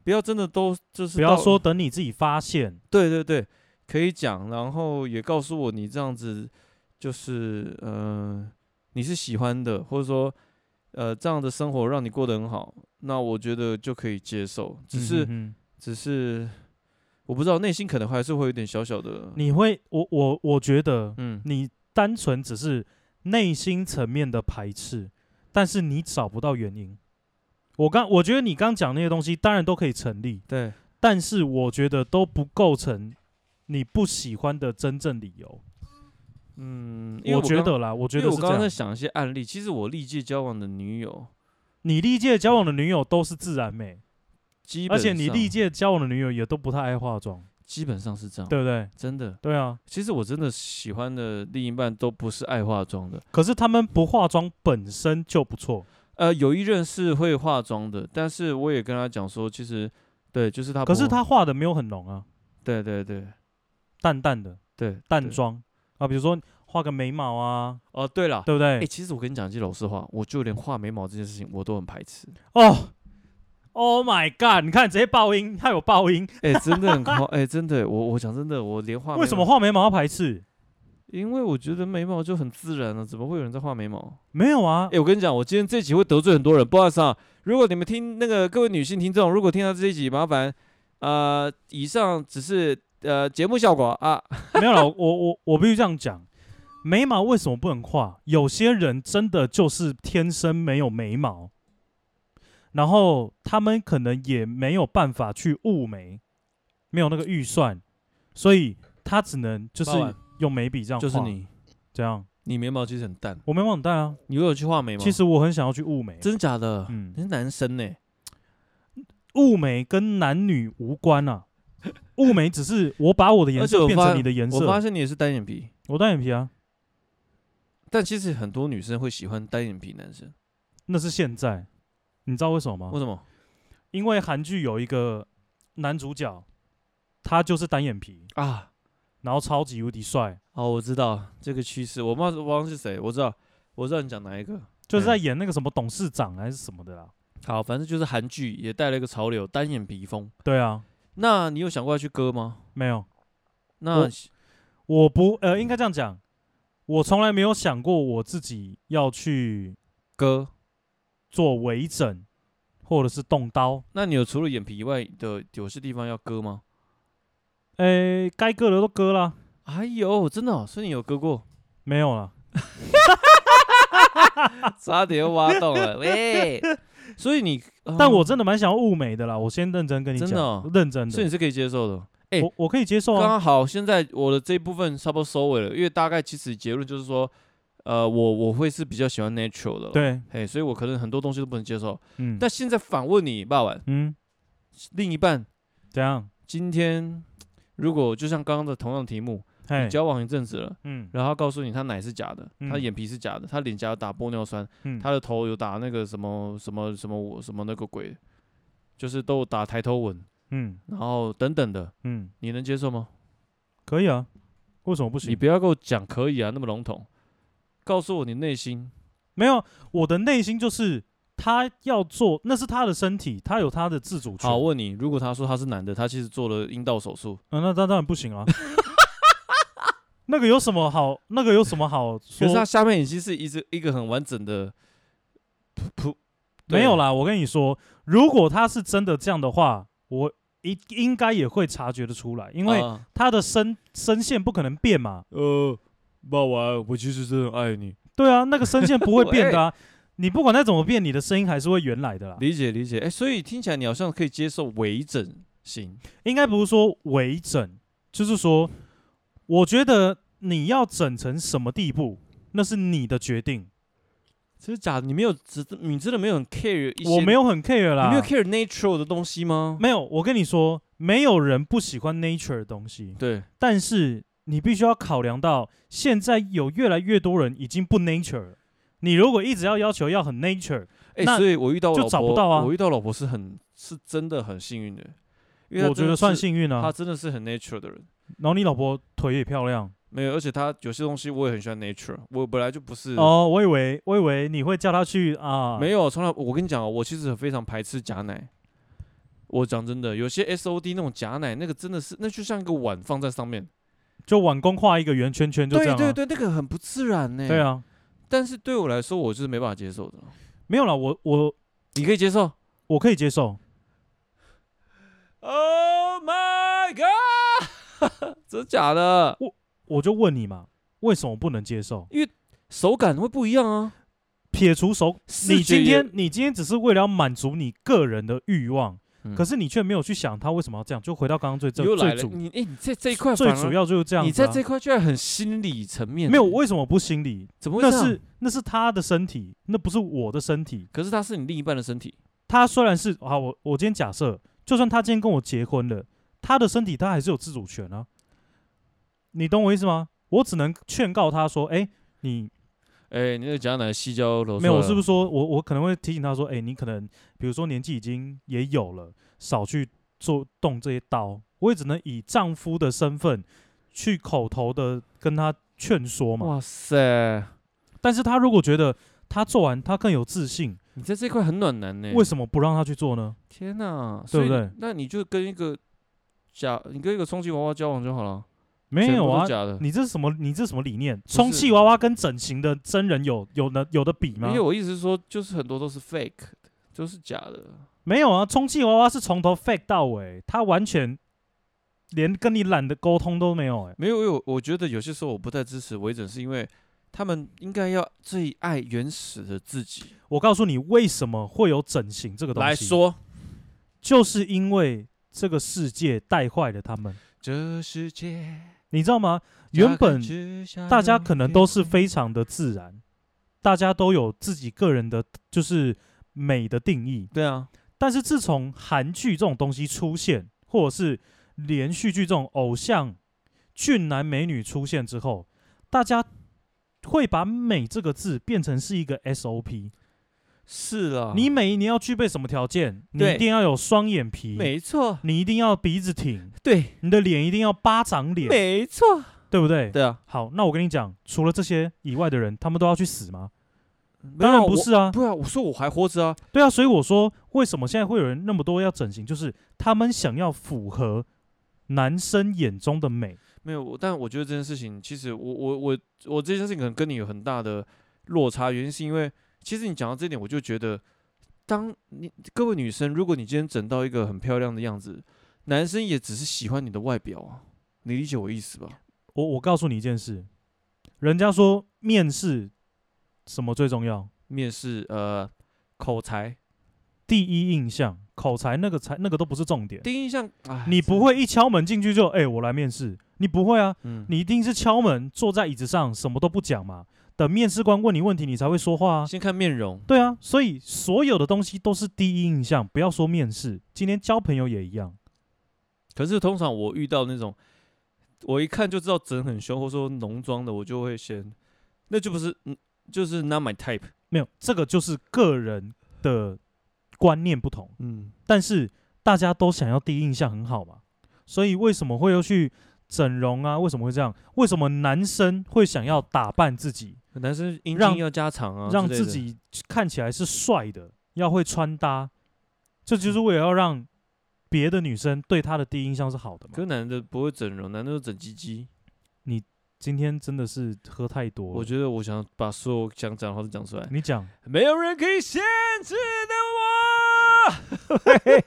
[SPEAKER 1] 不要真的都就是
[SPEAKER 2] 不要
[SPEAKER 1] 到
[SPEAKER 2] 说等你自己发现，
[SPEAKER 1] 对对对，可以讲，然后也告诉我你这样子就是呃你是喜欢的，或者说呃这样的生活让你过得很好，那我觉得就可以接受。只是、
[SPEAKER 2] 嗯哼
[SPEAKER 1] 只是我不知道内心可能还是会有点小小的，
[SPEAKER 2] 你会，我我我觉得
[SPEAKER 1] 嗯，
[SPEAKER 2] 你单纯只是内心层面的排斥，但是你找不到原因。我刚我觉得你刚讲那些东西当然都可以成立，
[SPEAKER 1] 对，
[SPEAKER 2] 但是我觉得都不构成你不喜欢的真正理由。
[SPEAKER 1] 嗯，因为
[SPEAKER 2] 我觉
[SPEAKER 1] 刚。
[SPEAKER 2] 得啦，我觉
[SPEAKER 1] 因为
[SPEAKER 2] 得
[SPEAKER 1] 我
[SPEAKER 2] 是这
[SPEAKER 1] 刚刚在
[SPEAKER 2] 样。
[SPEAKER 1] 想一些案例，其实我历届交往的女友，
[SPEAKER 2] 你历届交往的女友都是自然美，
[SPEAKER 1] 基本
[SPEAKER 2] 而且你
[SPEAKER 1] 上
[SPEAKER 2] 历届交往的女友也都不太爱化妆，
[SPEAKER 1] 基本上是这样，
[SPEAKER 2] 对不对？
[SPEAKER 1] 真的。
[SPEAKER 2] 对啊，
[SPEAKER 1] 其实我真的喜欢的另一半都不是爱化妆的，
[SPEAKER 2] 可是她们不化妆本身就不错，
[SPEAKER 1] 呃，有一任是会化妆的，但是我也跟他讲说，其实对，就是他不
[SPEAKER 2] 可
[SPEAKER 1] 会，
[SPEAKER 2] 是她化的没有很浓啊，
[SPEAKER 1] 对对对
[SPEAKER 2] 淡淡的
[SPEAKER 1] 对
[SPEAKER 2] 淡
[SPEAKER 1] 对
[SPEAKER 2] 妆啊，比如说画个眉毛啊，
[SPEAKER 1] 哦，对了，
[SPEAKER 2] 对不
[SPEAKER 1] 哎、
[SPEAKER 2] 对？
[SPEAKER 1] 其实我跟你讲一句老实话，我就连画眉毛这件事情我都很排斥，
[SPEAKER 2] 哦，Oh my god！你看直接爆音，还有爆音，
[SPEAKER 1] 哎、真的很夸，哎、真的，我我讲真的，我连画眉
[SPEAKER 2] 为什么
[SPEAKER 1] 毛？
[SPEAKER 2] 画眉毛要排斥？
[SPEAKER 1] 因为我觉得眉毛就很自然啊了、怎么会有人在画眉毛？
[SPEAKER 2] 没有啊
[SPEAKER 1] 哎、，我跟你讲，我今天这一集会得罪很多人，不好意思啊。如果你们听那个各位女性听众，如果听到这一集，麻烦呃，以上只是呃节目效果啊。
[SPEAKER 2] 没有了，我我我必须这样讲，眉毛为什么不能画？有些人真的就是天生没有眉毛，然后他们可能也没有办法去雾眉，没有那个预算，所以他只能就是
[SPEAKER 1] 爸爸
[SPEAKER 2] 用眉笔这样画。
[SPEAKER 1] 就是你，
[SPEAKER 2] 这样，
[SPEAKER 1] 你眉毛其实很淡，
[SPEAKER 2] 我眉毛很淡啊，
[SPEAKER 1] 你有去画眉毛？
[SPEAKER 2] 其实我很想要去雾眉。
[SPEAKER 1] 真假的，
[SPEAKER 2] 嗯
[SPEAKER 1] 你是男生呢、
[SPEAKER 2] 雾眉跟男女无关啊，雾眉只是我把我的颜
[SPEAKER 1] 而且我
[SPEAKER 2] 色变
[SPEAKER 1] 发
[SPEAKER 2] 成你的颜
[SPEAKER 1] 我发
[SPEAKER 2] 色，
[SPEAKER 1] 现你也是单眼皮，
[SPEAKER 2] 我单眼皮啊，
[SPEAKER 1] 但其实很多女生会喜欢单眼皮男生，
[SPEAKER 2] 那是现在，你知道为什么吗？
[SPEAKER 1] 为什么
[SPEAKER 2] 因为韩剧有一个男主角，他就是单眼皮，
[SPEAKER 1] 啊？
[SPEAKER 2] 然后超级无敌帅，
[SPEAKER 1] 哦，我知道这个趋势，我忘我忘记是谁，我知道，我知道你讲哪一个。
[SPEAKER 2] 就
[SPEAKER 1] 嗯
[SPEAKER 2] 是在演那个什么董事长还是什么的啦。
[SPEAKER 1] 好，反正就是韩剧也带了一个潮流，单眼皮风。
[SPEAKER 2] 对啊，
[SPEAKER 1] 那你有想过要去割吗？
[SPEAKER 2] 没有，
[SPEAKER 1] 那
[SPEAKER 2] 我我不呃，应该这样讲，我从来没有想过我自己要去
[SPEAKER 1] 割
[SPEAKER 2] 做微整，或者是动刀。
[SPEAKER 1] 那你有除了眼皮以外的有些地方要割吗？
[SPEAKER 2] 诶，该割的都割啦，
[SPEAKER 1] 哎呦，真的、哦，所以你有割过，
[SPEAKER 2] 没有啦。
[SPEAKER 1] 差点又挖洞了， 喂。所以你，哦
[SPEAKER 2] 但我真的蛮想要物美的啦，我先认真跟你讲，
[SPEAKER 1] 真的哦
[SPEAKER 2] 认真
[SPEAKER 1] 所以
[SPEAKER 2] 的
[SPEAKER 1] 你，是可以接受的。哎
[SPEAKER 2] 我我可以接受
[SPEAKER 1] 刚
[SPEAKER 2] 啊。
[SPEAKER 1] 刚好，现在我的这一部分差不多收尾了，因为大概其实结论就是说，呃，我我会是比较喜欢 natural 的，，
[SPEAKER 2] 对，
[SPEAKER 1] 嘿，所以我可能很多东西都不能接受。
[SPEAKER 2] 嗯，
[SPEAKER 1] 但现在反问你，爸爸，
[SPEAKER 2] 嗯，
[SPEAKER 1] 另一半
[SPEAKER 2] 怎样？
[SPEAKER 1] 今天如果就像刚刚的同样的题目，
[SPEAKER 2] 嘿
[SPEAKER 1] 你交往一阵子了，
[SPEAKER 2] 嗯
[SPEAKER 1] 然后他告诉你他奶是假的，
[SPEAKER 2] 嗯
[SPEAKER 1] 他眼皮是假的，他脸颊有打玻尿酸，
[SPEAKER 2] 嗯，
[SPEAKER 1] 他的头有打那个什么什么什么我什么那个鬼，就是都有打抬头纹，
[SPEAKER 2] 嗯
[SPEAKER 1] 然后等等的，
[SPEAKER 2] 嗯
[SPEAKER 1] 你能接受吗？
[SPEAKER 2] 可以啊，为什么不
[SPEAKER 1] 你
[SPEAKER 2] 行？
[SPEAKER 1] 不要跟我讲可以啊，那么笼统，告诉我你内心。
[SPEAKER 2] 没有，我的内心就是他要做，那是他的身体，他有他的自主权。
[SPEAKER 1] 好，我问你，如果他说他是男的，他其实做了阴道手术，
[SPEAKER 2] 嗯，那那当然不行啊。 那个有什么好？那个有什么好
[SPEAKER 1] 可
[SPEAKER 2] 说
[SPEAKER 1] 是？他下面已经是一只一个很完整的噗噗，对
[SPEAKER 2] 没有啦，我跟你说，如果他是真的这样的话，我一应该也会察觉得出来，因为
[SPEAKER 1] 啊
[SPEAKER 2] 他的声声线不可能变嘛。
[SPEAKER 1] 呃，爸爸，我其实真的爱你。
[SPEAKER 2] 对啊，那个声线不会 变的啊。你不管再怎么变，你的声音还是会原来的啦。
[SPEAKER 1] 理解理解，哎、所以听起来你好像可以接受微整形，
[SPEAKER 2] 应该不是说微整，就是说，我觉得你要整成什么地步，那是你的决定，
[SPEAKER 1] 真的假的？你没有只你真的没有很 care 一些，
[SPEAKER 2] 我没
[SPEAKER 1] 有，
[SPEAKER 2] 有很 care
[SPEAKER 1] 你
[SPEAKER 2] 啦。
[SPEAKER 1] 没有 care natural 的东西吗？
[SPEAKER 2] 没有，我跟你说，没有人不喜欢 nature 的东西，
[SPEAKER 1] 对，
[SPEAKER 2] 但是你必须要考量到，现在有越来越多人已经不 nature 了。你如果一直要要求要很 nature，
[SPEAKER 1] 哎、
[SPEAKER 2] 那
[SPEAKER 1] 所以我遇到我
[SPEAKER 2] 就
[SPEAKER 1] 老婆，
[SPEAKER 2] 找不到啊
[SPEAKER 1] 我遇到老婆是很是真的很幸运的，因为她
[SPEAKER 2] 我觉
[SPEAKER 1] 真
[SPEAKER 2] 得
[SPEAKER 1] 的
[SPEAKER 2] 算
[SPEAKER 1] 是，
[SPEAKER 2] 幸运
[SPEAKER 1] 她
[SPEAKER 2] 啊。
[SPEAKER 1] 真的是很 natural 的人。
[SPEAKER 2] 然后你老婆腿也漂亮
[SPEAKER 1] 没有，而且她有些东西我也很喜欢 nature，我本来就不是。
[SPEAKER 2] 哦，我以为我以为你会叫她去啊，
[SPEAKER 1] 没有，从来我跟你讲哦，我其实非常排斥假奶。我讲真的，有些 S O D 那种假奶，那个真的是，那就像一个碗放在上面。
[SPEAKER 2] 就碗公画一个圆圈圈就这样、
[SPEAKER 1] 对
[SPEAKER 2] 啊。
[SPEAKER 1] 对对，那个很不自然呢、
[SPEAKER 2] 对，啊，
[SPEAKER 1] 但是对我来说，我就是没办法接受的。
[SPEAKER 2] 没有啦，我我
[SPEAKER 1] 你可以接受
[SPEAKER 2] 我可以接受。
[SPEAKER 1] ？Oh my god！真的 假的？
[SPEAKER 2] 我就问你嘛，为什么不能接受？
[SPEAKER 1] 手感会不一样啊。
[SPEAKER 2] 撇除手，你
[SPEAKER 1] 视觉也
[SPEAKER 2] 今天你今天只是为了要满足你个人的欲望，
[SPEAKER 1] 嗯
[SPEAKER 2] 可是你却没有去想他为什么要这样。就回到刚刚最最
[SPEAKER 1] 又来
[SPEAKER 2] 最
[SPEAKER 1] 了，
[SPEAKER 2] 主
[SPEAKER 1] 你哎、你在这一块
[SPEAKER 2] 最
[SPEAKER 1] 反而
[SPEAKER 2] 主要就是这样、啊。
[SPEAKER 1] 你在这块居然很心理层面。欸
[SPEAKER 2] 没有为什么不心理？
[SPEAKER 1] 怎么会
[SPEAKER 2] 那
[SPEAKER 1] 这样？
[SPEAKER 2] 是那是他的身体，那不是我的身体。
[SPEAKER 1] 可是它是你另一半的身体。
[SPEAKER 2] 他虽然是啊，我我今天假设，就算他今天跟我结婚了，他的身体他还是有自主权啊。你懂我意思吗？我只能劝告他说：“哎、你
[SPEAKER 1] 哎、你那个假奶细胶楼
[SPEAKER 2] 没有，我是不
[SPEAKER 1] 是？
[SPEAKER 2] 是说我我可能会提醒他说，哎、你可能比如说年纪已经也有了，少去做动这些刀。我也只能以丈夫的身份去口头的跟他劝说嘛。
[SPEAKER 1] 哇塞，
[SPEAKER 2] 但是他如果觉得他做完他更有自信，
[SPEAKER 1] 你在这块很暖男呢、
[SPEAKER 2] 为什么不让他去做呢？
[SPEAKER 1] 天哪，
[SPEAKER 2] 对
[SPEAKER 1] 所
[SPEAKER 2] 不
[SPEAKER 1] 以
[SPEAKER 2] 对
[SPEAKER 1] 那你就跟一个假，你跟一个充气娃娃交往就好了。
[SPEAKER 2] 没
[SPEAKER 1] 全部
[SPEAKER 2] 有
[SPEAKER 1] 都
[SPEAKER 2] 啊，
[SPEAKER 1] 假的。
[SPEAKER 2] 你这是什么？你这是什么理念？
[SPEAKER 1] 是
[SPEAKER 2] 充气娃娃跟整形的真人有有能有的比吗
[SPEAKER 1] 因为？我意思是说，就是很多都是 fake，的都是假的。
[SPEAKER 2] 没有啊，充气娃娃是从头 fake 到尾，他完全连跟你懒得沟通都没有、哎，
[SPEAKER 1] 没有，有我觉得有些时候我不太支持微整，是因为他们应该要最爱原始的自己
[SPEAKER 2] 我告诉你为什么会有整形这个东西，
[SPEAKER 1] 来说。
[SPEAKER 2] 就是因为这个世界带坏了他们，
[SPEAKER 1] 这世界
[SPEAKER 2] 你知道吗？原本大
[SPEAKER 1] 大
[SPEAKER 2] 家可能都是非常的自然，大家都有自己个人的就是美的定义，
[SPEAKER 1] 对啊，
[SPEAKER 2] 但是自从韩剧这种东西出现，或者是连续剧这种偶像俊男美女出现之后，大家会把“美”这个字变成是一个 SOP。
[SPEAKER 1] 是啊，
[SPEAKER 2] 你每你要具备什么条件？你
[SPEAKER 1] 对
[SPEAKER 2] 一定要有双眼皮，
[SPEAKER 1] 没错，
[SPEAKER 2] 你一定要鼻子挺，
[SPEAKER 1] 对，
[SPEAKER 2] 你的脸一定要巴掌脸，
[SPEAKER 1] 没错，
[SPEAKER 2] 对不对？
[SPEAKER 1] 对啊，
[SPEAKER 2] 好，那我跟你讲，除了这些以外的人，他们都要去死吗？
[SPEAKER 1] 没
[SPEAKER 2] 当
[SPEAKER 1] 有
[SPEAKER 2] 然
[SPEAKER 1] 啊
[SPEAKER 2] 不，是啊
[SPEAKER 1] 我，不啊，我说我还活着啊，
[SPEAKER 2] 对啊，所以我说，为什么现在会有人那么多要整形？就是他们想要符合男生眼中的美。
[SPEAKER 1] 没有，我但我觉得这件事情，其实我我我我这件事情可能跟你有很大的落差，原因是因为其实你讲到这一点，我就觉得，当你各位女生，如果你今天整到一个很漂亮的样子，男生也只是喜欢你的外表啊，你理解我意思吧？
[SPEAKER 2] 我我告诉你一件事，人家说面试什么最重要？
[SPEAKER 1] 面试呃，口才、
[SPEAKER 2] 第一印象、口才，那个才那个都不是重点。
[SPEAKER 1] 第一印象，哎，
[SPEAKER 2] 你
[SPEAKER 1] 真
[SPEAKER 2] 不
[SPEAKER 1] 的，
[SPEAKER 2] 会一敲门进去就哎、我来面试，你不会啊，
[SPEAKER 1] 嗯，
[SPEAKER 2] 你一定是敲门坐在椅子上什么都不讲嘛，等面试官问你问题你才会说话啊。
[SPEAKER 1] 先看面容，
[SPEAKER 2] 对啊，所以所有的东西都是第一印象，不要说面试，今天交朋友也一样。
[SPEAKER 1] 可是通常我遇到那种我一看就知道整很凶，或说浓妆的，我就会先，那就不是，嗯就是 not my type。
[SPEAKER 2] 没有，这个就是个人的观念不同，
[SPEAKER 1] 嗯，
[SPEAKER 2] 但是大家都想要第一印象很好嘛，所以为什么会要去整容啊？为什么会这样？为什么男生会想要打扮自己，
[SPEAKER 1] 男生阴
[SPEAKER 2] 让
[SPEAKER 1] 茎要加长啊，
[SPEAKER 2] 让
[SPEAKER 1] 之类
[SPEAKER 2] 自
[SPEAKER 1] 的
[SPEAKER 2] 己看起来是帅的，要会穿搭，这
[SPEAKER 1] 嗯
[SPEAKER 2] 就是为了要让别的女生对他的第一印象是好的嘛
[SPEAKER 1] 可。是男的不会整容，男的都整鸡鸡。
[SPEAKER 2] 今天真的是喝太多了，
[SPEAKER 1] 我觉得我想把所有想讲的话都讲出来，
[SPEAKER 2] 你 讲，
[SPEAKER 1] 没有人可以限制的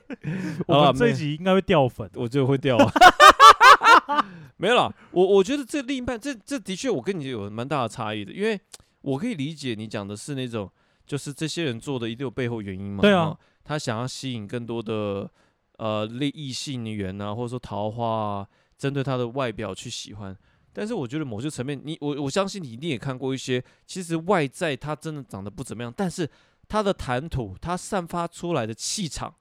[SPEAKER 1] 我。
[SPEAKER 2] 我
[SPEAKER 1] 啊，
[SPEAKER 2] 们这
[SPEAKER 1] 没
[SPEAKER 2] 一集应该会掉粉。
[SPEAKER 1] 我就会掉啊。啊 没有啦，我我觉得这另一半，这这的确我跟你有蛮大的差异的，因为我可以理解你讲的是那种，就是这些人做的一定有背后原因嘛。
[SPEAKER 2] 对啊
[SPEAKER 1] 哈，他想要吸引更多的呃利异性缘啊，或者说桃花啊，针对他的外表去喜欢。但是我觉得某些层面，你我我相信你一定也看过一些，其实外在他真的长得不怎么样，但是他的谈吐，他散发出来的气场，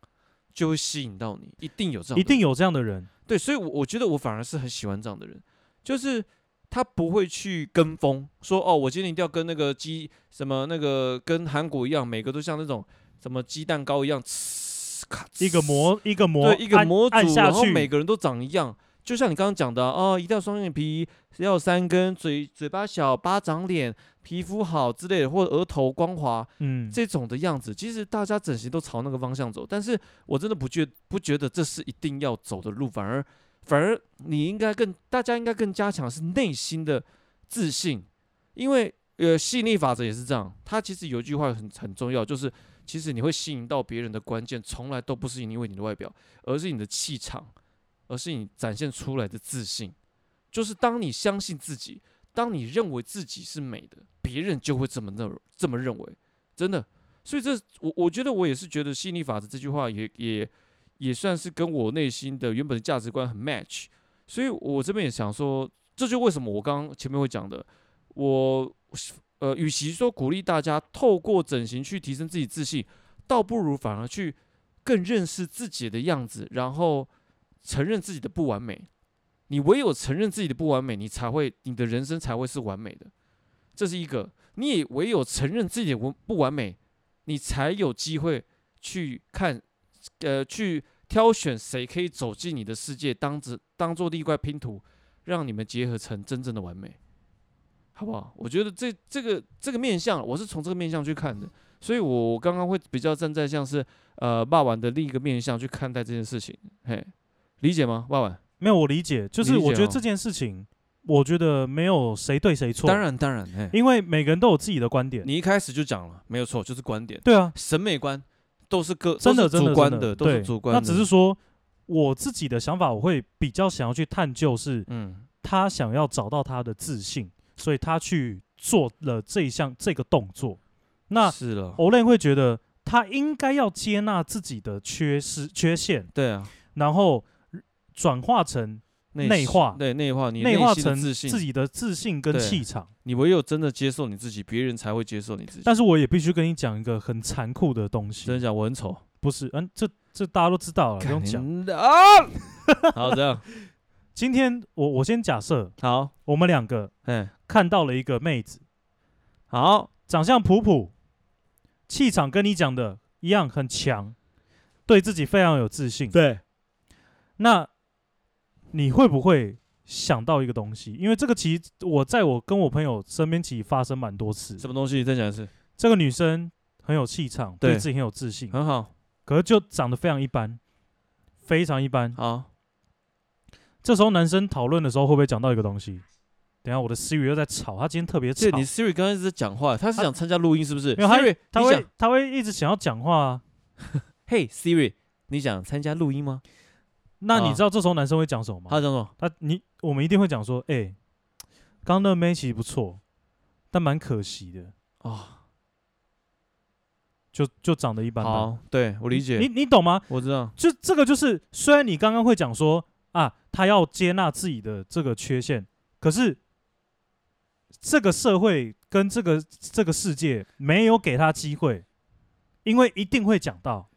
[SPEAKER 1] 就会吸引到你，一定有这种，
[SPEAKER 2] 一定有这样的人，
[SPEAKER 1] 对，所以我，我觉得我反而是很喜欢这样的人，就是他不会去跟风，说哦，我今天一定要跟那个鸡什么那个跟韩国一样，每个都像那种什么鸡蛋糕一样，呲咔
[SPEAKER 2] 一个
[SPEAKER 1] 呲
[SPEAKER 2] 模一个模
[SPEAKER 1] 对一个
[SPEAKER 2] 按
[SPEAKER 1] 模
[SPEAKER 2] 按
[SPEAKER 1] 组，
[SPEAKER 2] 下
[SPEAKER 1] 然后
[SPEAKER 2] 去，
[SPEAKER 1] 每个人都长一样。就像你刚刚讲的啊哦，一定要双眼皮，要有三根，嘴嘴巴小，巴掌脸，皮肤好之类的，或者额头光滑，
[SPEAKER 2] 嗯，
[SPEAKER 1] 这种的样子，其实大家整形都朝那个方向走，但是我真的不觉不觉得这是一定要走的路，反而反而你应该更大家应该更加强是内心的自信，因为呃吸引力法则也是这样，它其实有一句话很很重要，就是其实你会吸引到别人的关键，从来都不是因为你的外表，而是你的气场，而是你展现出来的自信，就是当你相信自己。当你认为自己是美的，别人就会这么认这么认为。真的。所以这我我觉得我也是觉得吸引力法则这句话也也也算是跟我内心的原本的价值观很 match。所以我这边也想说，这就为什么我刚刚前面会讲的，我呃，与其说鼓励大家透过整形去提升自己自信，倒不如反而去更认识自己的样子，然后承认自己的不完美。你唯有承认自己的不完美，你才会你的人生才会是完美的。这是一个，你也唯有承认自己的不不完美，你才有机会去看，呃，去挑选谁可以走进你的世界，当着当做一块拼图，让你们结合成真正的完美，好不好？我觉得这这个这个面相，我是从这个面相去看的，所以我刚刚会比较站在像是呃霸王的另一个面相去看待这件事情，嘿，理解吗？霸王，
[SPEAKER 2] 没有我理解，就是
[SPEAKER 1] 理解
[SPEAKER 2] 我觉得
[SPEAKER 1] 哦
[SPEAKER 2] 这件事情，我觉得没有谁对谁错，
[SPEAKER 1] 当，然当然，嘿，
[SPEAKER 2] 因为每个人都有自己的观点，
[SPEAKER 1] 你一开始就讲了，没有错，就是观点。
[SPEAKER 2] 对啊，
[SPEAKER 1] 审美观都是个
[SPEAKER 2] 真的
[SPEAKER 1] 都
[SPEAKER 2] 真
[SPEAKER 1] 是
[SPEAKER 2] 的
[SPEAKER 1] 主观
[SPEAKER 2] 真
[SPEAKER 1] 的，
[SPEAKER 2] 的
[SPEAKER 1] 都是
[SPEAKER 2] 对
[SPEAKER 1] 主观的。
[SPEAKER 2] 那只是说我自己的想法，我会比较想要去探究是
[SPEAKER 1] 嗯，
[SPEAKER 2] 他想要找到他的自信，所以他去做了这一项这个动作，那哦
[SPEAKER 1] 是了，
[SPEAKER 2] Olen 会觉得他应该要接纳自己的缺失缺陷，
[SPEAKER 1] 对啊，
[SPEAKER 2] 然后转化成内
[SPEAKER 1] 心
[SPEAKER 2] 化
[SPEAKER 1] 对内化，你
[SPEAKER 2] 内化
[SPEAKER 1] 心的
[SPEAKER 2] 成
[SPEAKER 1] 自
[SPEAKER 2] 自
[SPEAKER 1] 信，
[SPEAKER 2] 己的自信跟
[SPEAKER 1] 对
[SPEAKER 2] 气场。
[SPEAKER 1] 你唯有真的接受你自己，别人才会接受你自己。
[SPEAKER 2] 但是我也必须跟你讲一个很残酷的东
[SPEAKER 1] 真的
[SPEAKER 2] 西，
[SPEAKER 1] 讲，我很丑，
[SPEAKER 2] 不是，嗯，这这大家都知道了，不用讲。
[SPEAKER 1] 干你啊！ 好，这样
[SPEAKER 2] 今天我我先假设
[SPEAKER 1] 好，
[SPEAKER 2] 我们两个
[SPEAKER 1] 哎，
[SPEAKER 2] 看到了一个妹子，
[SPEAKER 1] 好，
[SPEAKER 2] 长相普普，气场跟你讲的一样很强，对自己非常有自信。
[SPEAKER 1] 对，
[SPEAKER 2] 那你会不会想到一个东西？因为这个其实我在我跟我朋友身边其实发生蛮多次。
[SPEAKER 1] 什么东西？再讲一次，
[SPEAKER 2] 这个女生很有气场，对
[SPEAKER 1] 对
[SPEAKER 2] 自己很有自信，
[SPEAKER 1] 很好，
[SPEAKER 2] 可是就长得非常一般，非常一般。
[SPEAKER 1] 好，
[SPEAKER 2] 这时候男生讨论的时候会不会讲到一个东西？等一下我的 Siri 又在吵，他今天特别吵
[SPEAKER 1] 这，你 Siri 刚刚一直在讲话，他是
[SPEAKER 2] 他
[SPEAKER 1] 想参加录音是不是
[SPEAKER 2] 啊没有他
[SPEAKER 1] ？Siri，
[SPEAKER 2] 他
[SPEAKER 1] 你
[SPEAKER 2] 会
[SPEAKER 1] 想，
[SPEAKER 2] 他会一直想要讲话、啊。
[SPEAKER 1] 嘿，Siri，你想参加录音吗？
[SPEAKER 2] 那
[SPEAKER 1] 啊
[SPEAKER 2] 你知道这时候男生会讲什么吗？
[SPEAKER 1] 他讲什么？
[SPEAKER 2] 他你我们一定会讲说，哎、刚刚那个妹其实不错，但蛮可惜的。
[SPEAKER 1] 哦，
[SPEAKER 2] 就就长得一般般。
[SPEAKER 1] 好，对我理
[SPEAKER 2] 你
[SPEAKER 1] 解，
[SPEAKER 2] 你懂吗？
[SPEAKER 1] 我知道，
[SPEAKER 2] 就这个就是，虽然你刚刚会讲说啊，他要接纳自己的这个缺陷，可是这个社会跟这个这个世界没有给他机会，因为一定会讲到，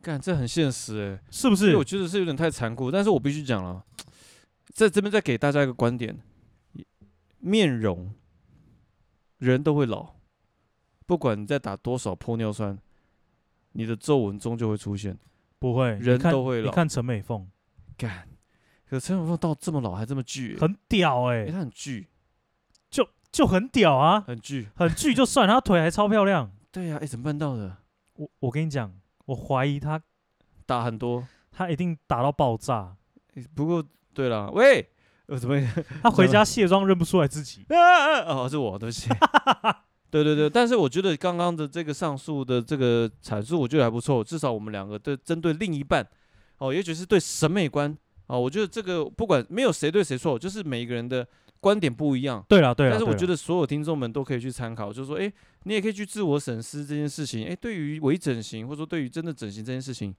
[SPEAKER 1] 干这很现实哎。欸
[SPEAKER 2] 是不
[SPEAKER 1] 所以
[SPEAKER 2] 是
[SPEAKER 1] 我？觉得是有点太残酷，但是我必须讲了，在这边再给大家一个观点：面容，人都会老，不管你再打多少玻尿酸，你的皱纹终究会出现。
[SPEAKER 2] 不会，你
[SPEAKER 1] 人
[SPEAKER 2] 看
[SPEAKER 1] 都会
[SPEAKER 2] 你
[SPEAKER 1] 老
[SPEAKER 2] 看陈美凤
[SPEAKER 1] 干，可陈永凤到这么老还这么巨、欸，
[SPEAKER 2] 很屌哎、
[SPEAKER 1] 哎、他很巨，
[SPEAKER 2] 就就很屌啊，
[SPEAKER 1] 很巨。
[SPEAKER 2] 很巨就算，她腿还超漂亮。
[SPEAKER 1] 对呀、哎、怎么办到的？
[SPEAKER 2] 我我跟你讲，我怀疑她
[SPEAKER 1] 打很多，
[SPEAKER 2] 她一定打到爆炸，
[SPEAKER 1] 哎不过对了，喂，呃，怎么？
[SPEAKER 2] 她回家卸妆认不出来自己。
[SPEAKER 1] 啊啊！哦，是我，对不起。 对对对，但是我觉得刚刚的这个上述的这个阐述，我觉得还不错。至少我们两个对针对另一半，哦，也许是对审美观，哦，我觉得这个不管没有谁对谁错，就是每一个人的观点不一样。
[SPEAKER 2] 对了对了，啊
[SPEAKER 1] 但是我
[SPEAKER 2] 对啦
[SPEAKER 1] 觉得所有听众们都可以去参考，就是说，哎，你也可以去自我审视这件事情。哎，对于伪整形，或者说对于真的整形这件事情，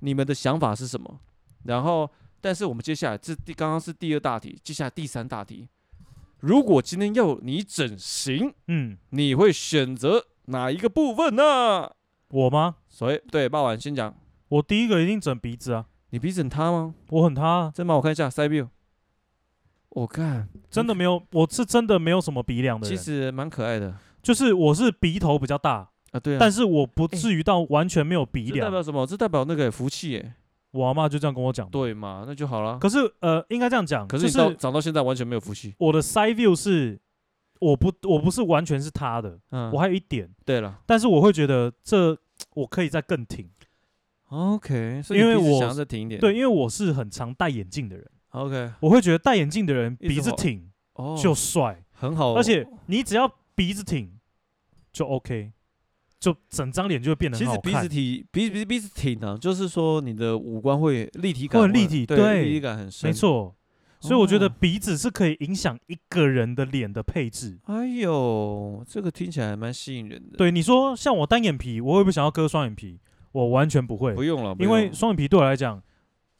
[SPEAKER 1] 你们的想法是什么？然后，但是我们接下来这第刚刚是第二大题，接下来第三大题，如果今天要你整形，
[SPEAKER 2] 嗯，
[SPEAKER 1] 你会选择哪一个部分呢？
[SPEAKER 2] 我吗？
[SPEAKER 1] 所以，对，霸王先讲，
[SPEAKER 2] 我第一个一定整鼻子啊，
[SPEAKER 1] 你鼻子很塌吗？
[SPEAKER 2] 我很塌啊，
[SPEAKER 1] 真吗？我看一下腮 view，我看
[SPEAKER 2] 真的没有，我是真的没有什么鼻梁的
[SPEAKER 1] 其
[SPEAKER 2] 人，
[SPEAKER 1] 实蛮可爱的
[SPEAKER 2] 就是我是鼻头比较大，
[SPEAKER 1] 啊，对啊，
[SPEAKER 2] 但
[SPEAKER 1] 是
[SPEAKER 2] 是我不至于到完全没有鼻
[SPEAKER 1] 这代
[SPEAKER 2] 梁。
[SPEAKER 1] 表什么？这代表那个福气耶，
[SPEAKER 2] 我阿妈就这样跟我讲。
[SPEAKER 1] 对嘛？那就好了。
[SPEAKER 2] 可是呃，应该这样讲，
[SPEAKER 1] 可
[SPEAKER 2] 就是
[SPEAKER 1] 你到、长到现在完全没有福气。
[SPEAKER 2] 我的 side view 是，我不我不是完全是塌的，
[SPEAKER 1] 嗯
[SPEAKER 2] 我，还有一点，
[SPEAKER 1] 对了
[SPEAKER 2] 但是我会觉得这我可以再更挺，
[SPEAKER 1] ，OK，所以
[SPEAKER 2] 因为
[SPEAKER 1] 你鼻子
[SPEAKER 2] 我
[SPEAKER 1] 想要再挺一点，
[SPEAKER 2] 对，因为我是很常戴眼镜的人，
[SPEAKER 1] ，OK，
[SPEAKER 2] 我会觉得戴眼镜的人
[SPEAKER 1] 一直
[SPEAKER 2] 鼻子
[SPEAKER 1] 晃
[SPEAKER 2] 挺
[SPEAKER 1] 哦，
[SPEAKER 2] 就帅，
[SPEAKER 1] 很好哦，
[SPEAKER 2] 而且你只要鼻子挺就 OK，就整张脸就会变得
[SPEAKER 1] 其
[SPEAKER 2] 很
[SPEAKER 1] 实
[SPEAKER 2] 好
[SPEAKER 1] 鼻子
[SPEAKER 2] 看。
[SPEAKER 1] 挺鼻鼻鼻子挺呢，就是说你的五官会立体感
[SPEAKER 2] 会
[SPEAKER 1] 会
[SPEAKER 2] 很立体对
[SPEAKER 1] 对，立体感很深，
[SPEAKER 2] 没。错，所以我觉得
[SPEAKER 1] 哦
[SPEAKER 2] 鼻子是可以影响一个人的脸的配置。
[SPEAKER 1] 哎呦，这个听起来还蛮吸引人的。，
[SPEAKER 2] 对，你说像我单眼皮，我会不会想要割双眼皮？我完全不会，
[SPEAKER 1] 不用了，不
[SPEAKER 2] 因为
[SPEAKER 1] 用了
[SPEAKER 2] 双眼皮对我来讲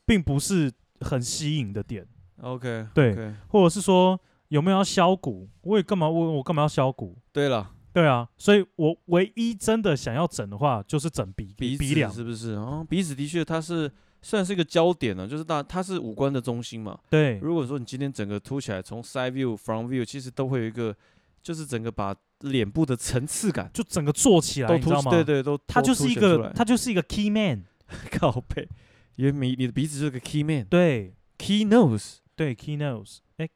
[SPEAKER 2] 并不是很吸引的点，
[SPEAKER 1] OK，
[SPEAKER 2] 对
[SPEAKER 1] OK
[SPEAKER 2] 或者是说有没有要削骨，我也干嘛我我干嘛要削骨？
[SPEAKER 1] 对了，
[SPEAKER 2] 对啊，所以我唯一真的想要整的话，就是整鼻
[SPEAKER 1] 鼻
[SPEAKER 2] 鼻
[SPEAKER 1] 子
[SPEAKER 2] 梁。
[SPEAKER 1] 是不是？哦，鼻子的确它是算是一个焦点呢、就是大它是五官的中心嘛。
[SPEAKER 2] 对，
[SPEAKER 1] 如果说你今天整个凸起来，从 side view、front view，其实都会有一个，就是整个把脸部的层次感
[SPEAKER 2] 就整个做起来，
[SPEAKER 1] 都
[SPEAKER 2] 啊你知
[SPEAKER 1] 凸
[SPEAKER 2] 道吗？
[SPEAKER 1] 对，对都，
[SPEAKER 2] 它
[SPEAKER 1] 都
[SPEAKER 2] 就是
[SPEAKER 1] 凸
[SPEAKER 2] 一
[SPEAKER 1] 显出
[SPEAKER 2] 个
[SPEAKER 1] 来
[SPEAKER 2] 它就是一个 key man。
[SPEAKER 1] 靠背，因为你你的鼻子就是个 key man
[SPEAKER 2] 对
[SPEAKER 1] key nose，
[SPEAKER 2] 对，key nose，哎、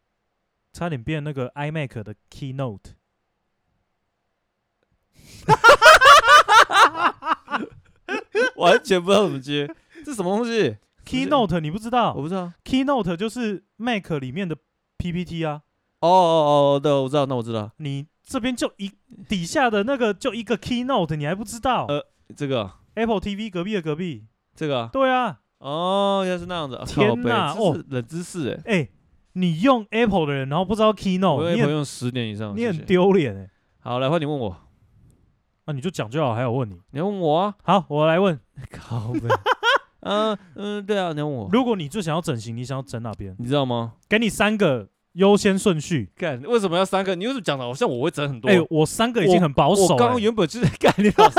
[SPEAKER 2] 差点变那个 iMac 的 keynote。
[SPEAKER 1] 完全不知道怎么接，这什么东西？
[SPEAKER 2] Keynote 你不知道
[SPEAKER 1] 我不知道。
[SPEAKER 2] ，Keynote 就是 Mac 里面的 PPT 啊，
[SPEAKER 1] 哦哦哦，对，我知道，那我知道
[SPEAKER 2] 你这边就一底下的那个就一个 Keynote，你还不知道、
[SPEAKER 1] 呃这个啊
[SPEAKER 2] Apple TV 隔壁的隔壁，
[SPEAKER 1] 这个啊
[SPEAKER 2] 对啊，
[SPEAKER 1] 哦，原来是那样子。啊
[SPEAKER 2] 天
[SPEAKER 1] 靠背
[SPEAKER 2] 哪
[SPEAKER 1] 这
[SPEAKER 2] 哦
[SPEAKER 1] 是冷知识哎。
[SPEAKER 2] 哎、你用 Apple 的人，然后不知道
[SPEAKER 1] 我
[SPEAKER 2] Keynote，
[SPEAKER 1] 也
[SPEAKER 2] 哦你
[SPEAKER 1] 朋
[SPEAKER 2] 很
[SPEAKER 1] 用十年以上，
[SPEAKER 2] 你
[SPEAKER 1] 谢
[SPEAKER 2] 很
[SPEAKER 1] 谢。
[SPEAKER 2] 丢脸哎，
[SPEAKER 1] 好，来换你问我，
[SPEAKER 2] 啊，你就讲就好，还要问你。
[SPEAKER 1] 你要问 我啊？
[SPEAKER 2] 好，我来问，
[SPEAKER 1] 靠背。嗯嗯，对 啊，你要问我，
[SPEAKER 2] 如果你最想要整形，你想要整哪边？
[SPEAKER 1] 你知道吗？
[SPEAKER 2] 给你三个优先顺序。
[SPEAKER 1] 干，为什么要三个？你为什么讲的好像我会整很多？
[SPEAKER 2] 哎、我三个已经很保守、欸
[SPEAKER 1] 我刚
[SPEAKER 2] 了。
[SPEAKER 1] 刚原本就是干你 老师，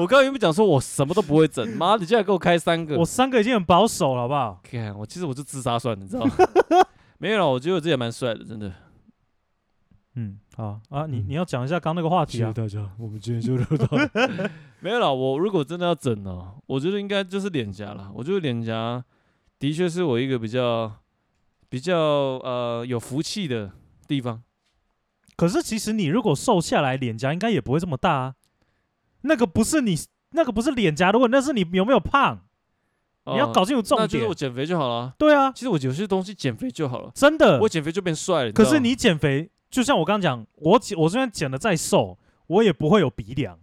[SPEAKER 1] 我刚刚原本讲说我什么都不会整，妈，你竟然给我开三个
[SPEAKER 2] 我，三个已经很保守了，好不好？
[SPEAKER 1] 干，我其实我就自杀算了，你知 道吗？没有啦，我觉得我自己还蛮帅的，真的。
[SPEAKER 2] 嗯，好啊，你
[SPEAKER 1] 嗯
[SPEAKER 2] 你要讲一下刚那个话题啊。
[SPEAKER 1] 大家，我们今天就聊到没有啦，我如果真的要整呢、我觉得应该就是脸颊啦。我觉得脸颊的确是我一个比较比较呃有福气的地方。
[SPEAKER 2] 可是其实你如果瘦下来，脸颊应该也不会这么大啊。那个不是你，那个不是脸颊的问题，那是你有没有胖。
[SPEAKER 1] 呃
[SPEAKER 2] 你要搞清楚重
[SPEAKER 1] 那就是
[SPEAKER 2] 点
[SPEAKER 1] 我。减肥就好了。
[SPEAKER 2] 对啊，
[SPEAKER 1] 其实我有些东西减肥就好了，
[SPEAKER 2] 真的
[SPEAKER 1] 我。减肥就变帅了。
[SPEAKER 2] 嗯可
[SPEAKER 1] 知道
[SPEAKER 2] 是
[SPEAKER 1] 吗
[SPEAKER 2] 你减肥，就像我刚刚讲，我减我虽然减的再瘦，我也不会有鼻梁，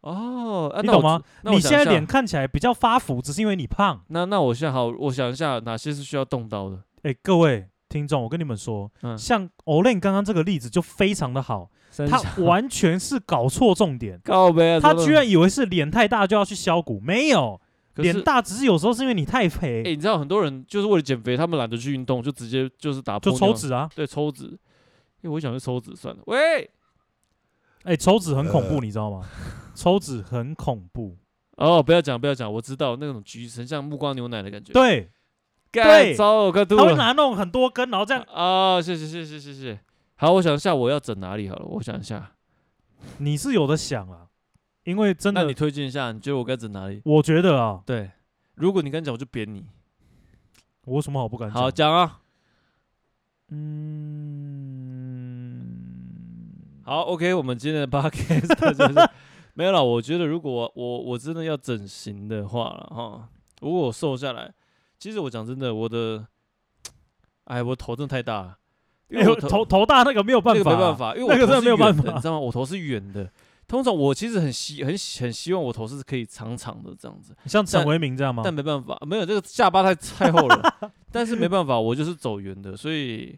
[SPEAKER 1] 哦，啊
[SPEAKER 2] 你
[SPEAKER 1] 那我
[SPEAKER 2] 懂吗？
[SPEAKER 1] 那我
[SPEAKER 2] 你
[SPEAKER 1] 想
[SPEAKER 2] 现
[SPEAKER 1] 一
[SPEAKER 2] 在
[SPEAKER 1] 下
[SPEAKER 2] 脸看起来比较发福，只是因为你胖。
[SPEAKER 1] 那那我现在好，我想一下哪些是需要动刀 的。
[SPEAKER 2] 哎、各位听众，我跟你们说，
[SPEAKER 1] 嗯，
[SPEAKER 2] 像 Olen 刚刚这个例子就非常的好，
[SPEAKER 1] 三
[SPEAKER 2] 他
[SPEAKER 1] 下。
[SPEAKER 2] 完全是搞错重点
[SPEAKER 1] 告呗啊，
[SPEAKER 2] 他
[SPEAKER 1] 真的
[SPEAKER 2] 居然以为是脸太大就要去削骨，没有，
[SPEAKER 1] 可是
[SPEAKER 2] 脸大只是有时候是因为你太肥，
[SPEAKER 1] 哎、你知道很多人就是为了减肥，他们懒得去运动，就直接就是打
[SPEAKER 2] 就
[SPEAKER 1] 玻
[SPEAKER 2] 抽
[SPEAKER 1] 尿
[SPEAKER 2] 脂啊，
[SPEAKER 1] 对，抽脂。因为我想去抽脂算了。喂，
[SPEAKER 2] 哎、抽脂很恐怖，你知道吗？
[SPEAKER 1] 呃
[SPEAKER 2] 抽脂很恐怖，
[SPEAKER 1] 哦，不要讲，不要讲，我知道那种橘子很像木瓜牛奶的感觉。，
[SPEAKER 2] 对，
[SPEAKER 1] 干
[SPEAKER 2] 对
[SPEAKER 1] 糟了，我快吐
[SPEAKER 2] 他会
[SPEAKER 1] 了。
[SPEAKER 2] 拿那种很多根，然后这样，
[SPEAKER 1] 啊，是是是是是是。好，我想一下我要整哪里好了，我想一下。
[SPEAKER 2] 你是有的想啊，因为真
[SPEAKER 1] 那你
[SPEAKER 2] 的，
[SPEAKER 1] 推荐一下，你觉得我该整哪里？
[SPEAKER 2] 我觉得啊，
[SPEAKER 1] 对，如果你敢讲，我就扁你。
[SPEAKER 2] 我有什么好不敢讲？
[SPEAKER 1] 好，讲啊。
[SPEAKER 2] 嗯，
[SPEAKER 1] 好，OK，我们今天的 podcast 就是没有了。我觉得如果我我我真的要整形的话了哈，如果我瘦下来，其实我讲真的，我的，哎，我头真的太大了，因
[SPEAKER 2] 哎
[SPEAKER 1] 为
[SPEAKER 2] 呦，
[SPEAKER 1] 我
[SPEAKER 2] 头头大那个没有办
[SPEAKER 1] 那
[SPEAKER 2] 法，啊
[SPEAKER 1] 个没办，法，因为我
[SPEAKER 2] 那个
[SPEAKER 1] 头
[SPEAKER 2] 真的
[SPEAKER 1] 是
[SPEAKER 2] 没有办
[SPEAKER 1] 圆的
[SPEAKER 2] 法
[SPEAKER 1] 你知道吗？我头是圆的。通常我其实很希很希很希望我头是可以长长的这样子，
[SPEAKER 2] 像陈
[SPEAKER 1] 但
[SPEAKER 2] 为民这样吗？
[SPEAKER 1] 但没办法，没有这个下巴太太厚了，但是没办法，我就是走圆的，所以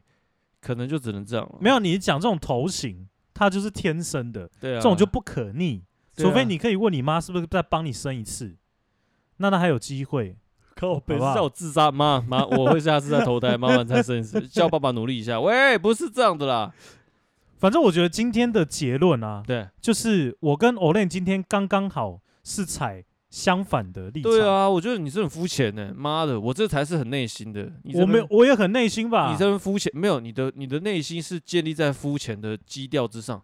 [SPEAKER 1] 可能就只能这样了。
[SPEAKER 2] 没有，你讲这种头型，它就是天生的，
[SPEAKER 1] 对啊，
[SPEAKER 2] 这种就不可逆，
[SPEAKER 1] 对啊
[SPEAKER 2] 除非你可以问你妈是不是再帮你生一次，那那还有机会。
[SPEAKER 1] 靠北，
[SPEAKER 2] 好不好
[SPEAKER 1] 叫我自杀，妈妈，我会下次再投胎，妈妈再生一 次，叫爸爸努力一下。喂，不是这样的啦，
[SPEAKER 2] 反正我觉得今天的结论啊，
[SPEAKER 1] 对
[SPEAKER 2] 就是我跟 Olen 今天刚刚好是采相反的立场。
[SPEAKER 1] 对，啊，我觉得你是很肤浅呢，妈的，我这才是很内心的，你这
[SPEAKER 2] 我没有啊
[SPEAKER 1] 边，
[SPEAKER 2] 我也很内心吧。
[SPEAKER 1] 你这边肤浅，没有你的你的内心是建立在肤浅的基调之上，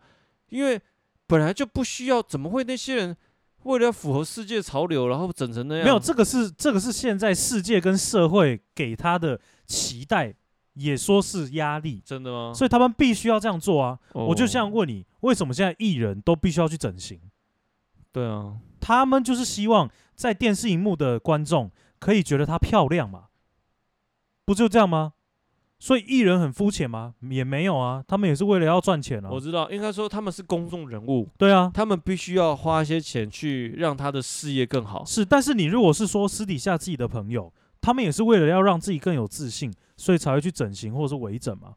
[SPEAKER 1] 因为本来就不需要，怎么会那些人为了要符合世界潮流，然后整成那样？
[SPEAKER 2] 没有，这个是这个是现在世界跟社会给他的期待，也说是压力，
[SPEAKER 1] 真的吗？
[SPEAKER 2] 所以他们必须要这样做啊。
[SPEAKER 1] 嗯哦
[SPEAKER 2] 我就想问你，为什么现在艺人都必须要去整形？
[SPEAKER 1] 对啊，
[SPEAKER 2] 他们就是希望在电视荧幕的观众可以觉得她漂亮嘛，不就这样吗？所以艺人很肤浅吗？也没有啊，他们也是为了要赚钱啊。
[SPEAKER 1] 我知道，应该说他们是公众人物，
[SPEAKER 2] 对啊，
[SPEAKER 1] 他们必须要花一些钱去让他的事业更好。
[SPEAKER 2] 是，但是你如果是说私底下自己的朋友，他们也是为了要让自己更有自信，所以才会去整形或者是微整嘛。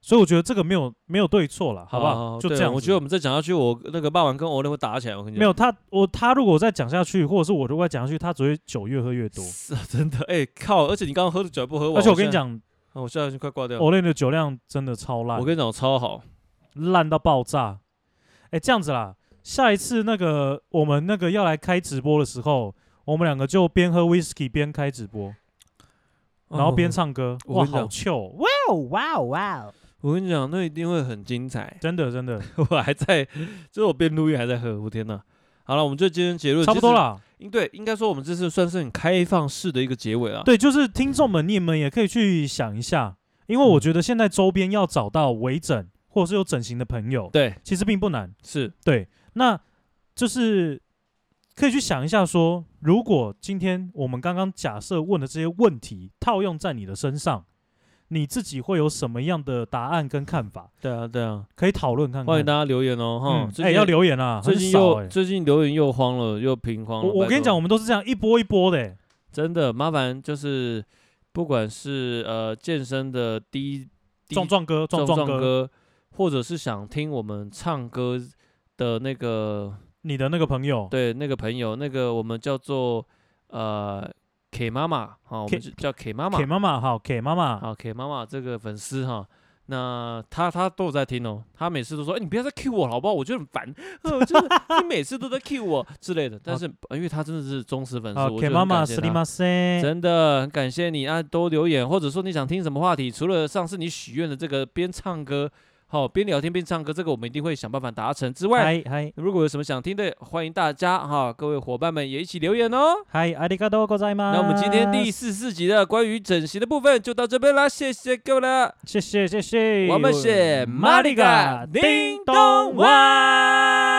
[SPEAKER 2] 所以我觉得这个没有没有对错了，好不好？就
[SPEAKER 1] 哦对
[SPEAKER 2] 这样子。
[SPEAKER 1] 我觉得我们再讲下去，我那个霸王跟欧雷会打起来。我跟你讲，
[SPEAKER 2] 没有他，我他如果再讲下去，或者是我如果再讲下去，他只会酒越喝越多。
[SPEAKER 1] 是啊， 真的，哎、靠！而且你刚刚喝的酒还不喝完，
[SPEAKER 2] 而且我跟你
[SPEAKER 1] 现在，
[SPEAKER 2] 讲
[SPEAKER 1] 啊我现在就快挂掉了。
[SPEAKER 2] o l e n 的酒量真的超烂
[SPEAKER 1] 我，跟你讲，我超好，
[SPEAKER 2] 烂到爆炸。哎，这样子啦，下一次那个我们那个要来开直播的时候，我们两个就边喝 whisky 边开直播，然后边
[SPEAKER 1] 哦。
[SPEAKER 2] 唱歌，
[SPEAKER 1] 我
[SPEAKER 2] 哇，
[SPEAKER 1] 跟你讲
[SPEAKER 2] 好糗哦！哇，
[SPEAKER 3] Wow, wow, wow.
[SPEAKER 1] 我跟你讲，那一定会很精彩。
[SPEAKER 2] 真的真的。
[SPEAKER 1] 我还在，就是我边录音还在喝，我天哪！好了，我们就今天结论
[SPEAKER 2] 差不多。啦。
[SPEAKER 1] 其实应对，应该说我们这次算是很开放式的一个结尾啊。
[SPEAKER 2] 对，就是听众们，你们也可以去想一下，因
[SPEAKER 1] 嗯
[SPEAKER 2] 为我觉得现在周边要找到微整或者是有整形的朋友，
[SPEAKER 1] 对，
[SPEAKER 2] 其实并不难。
[SPEAKER 1] 是
[SPEAKER 2] 对，那就是可以去想一下说如果今天我们刚刚假设问的这些问题套用在你的身上，你自己会有什么样的答案跟看法？
[SPEAKER 1] 对啊，对啊。
[SPEAKER 2] 可以讨论看看。
[SPEAKER 1] 欢迎大家留言哦，哈
[SPEAKER 2] 嗯，！
[SPEAKER 1] 最
[SPEAKER 2] 哎、
[SPEAKER 1] 近
[SPEAKER 2] 要留言啊，
[SPEAKER 1] 最
[SPEAKER 2] 很
[SPEAKER 1] 近
[SPEAKER 2] 少
[SPEAKER 1] 又
[SPEAKER 2] 哎
[SPEAKER 1] 最近留言又慌了，又平慌了。
[SPEAKER 2] 我我
[SPEAKER 1] 拜
[SPEAKER 2] 跟你
[SPEAKER 1] 托
[SPEAKER 2] 讲，我们都是这样一波一波的、哎
[SPEAKER 1] 真的麻烦，就是不管是呃健身的低低
[SPEAKER 2] 壮壮哥，壮
[SPEAKER 1] 壮
[SPEAKER 2] 壮哥，
[SPEAKER 1] 哥，或者是想听我们唱歌的那个
[SPEAKER 2] 你的那个朋友，
[SPEAKER 1] 对那个朋友，那个我们叫做呃 K 妈妈哈，我
[SPEAKER 2] K-
[SPEAKER 1] 们就叫 K 妈妈
[SPEAKER 2] K 妈妈好，K 妈妈
[SPEAKER 1] 好 K 妈妈这个粉丝哈。那他他都有在听哦，他每次都说：“哎、你不要再 Q 我了好不好？我觉得很烦， 呃、就是你每次都在 Q 我之类的。”但
[SPEAKER 2] 好
[SPEAKER 1] 是、呃因为他真的是忠实粉丝，
[SPEAKER 2] 好
[SPEAKER 1] 我
[SPEAKER 2] ，K
[SPEAKER 1] 就
[SPEAKER 2] 妈
[SPEAKER 1] 很
[SPEAKER 2] 妈
[SPEAKER 1] 感谢
[SPEAKER 2] 斯
[SPEAKER 1] 他
[SPEAKER 2] 里马塞，
[SPEAKER 1] 真的很感谢你啊，多留言，或者说你想听什么话题，除了上次你许愿的这个边唱歌，好、边聊天边唱歌，这个我们一定会想办法达成之外，
[SPEAKER 2] 嗨嗨
[SPEAKER 1] 如果有什么想听的，欢迎大家哈、各位伙伴们也一起留言哦。
[SPEAKER 2] 嗨，阿里嘎多ございます。
[SPEAKER 1] 那我们今天第四十四集的关于整形的部分就到这边啦，谢谢 各位了，
[SPEAKER 2] 谢谢谢谢，
[SPEAKER 1] 我们是玛丽嘎叮咚
[SPEAKER 2] 外。
[SPEAKER 1] 外。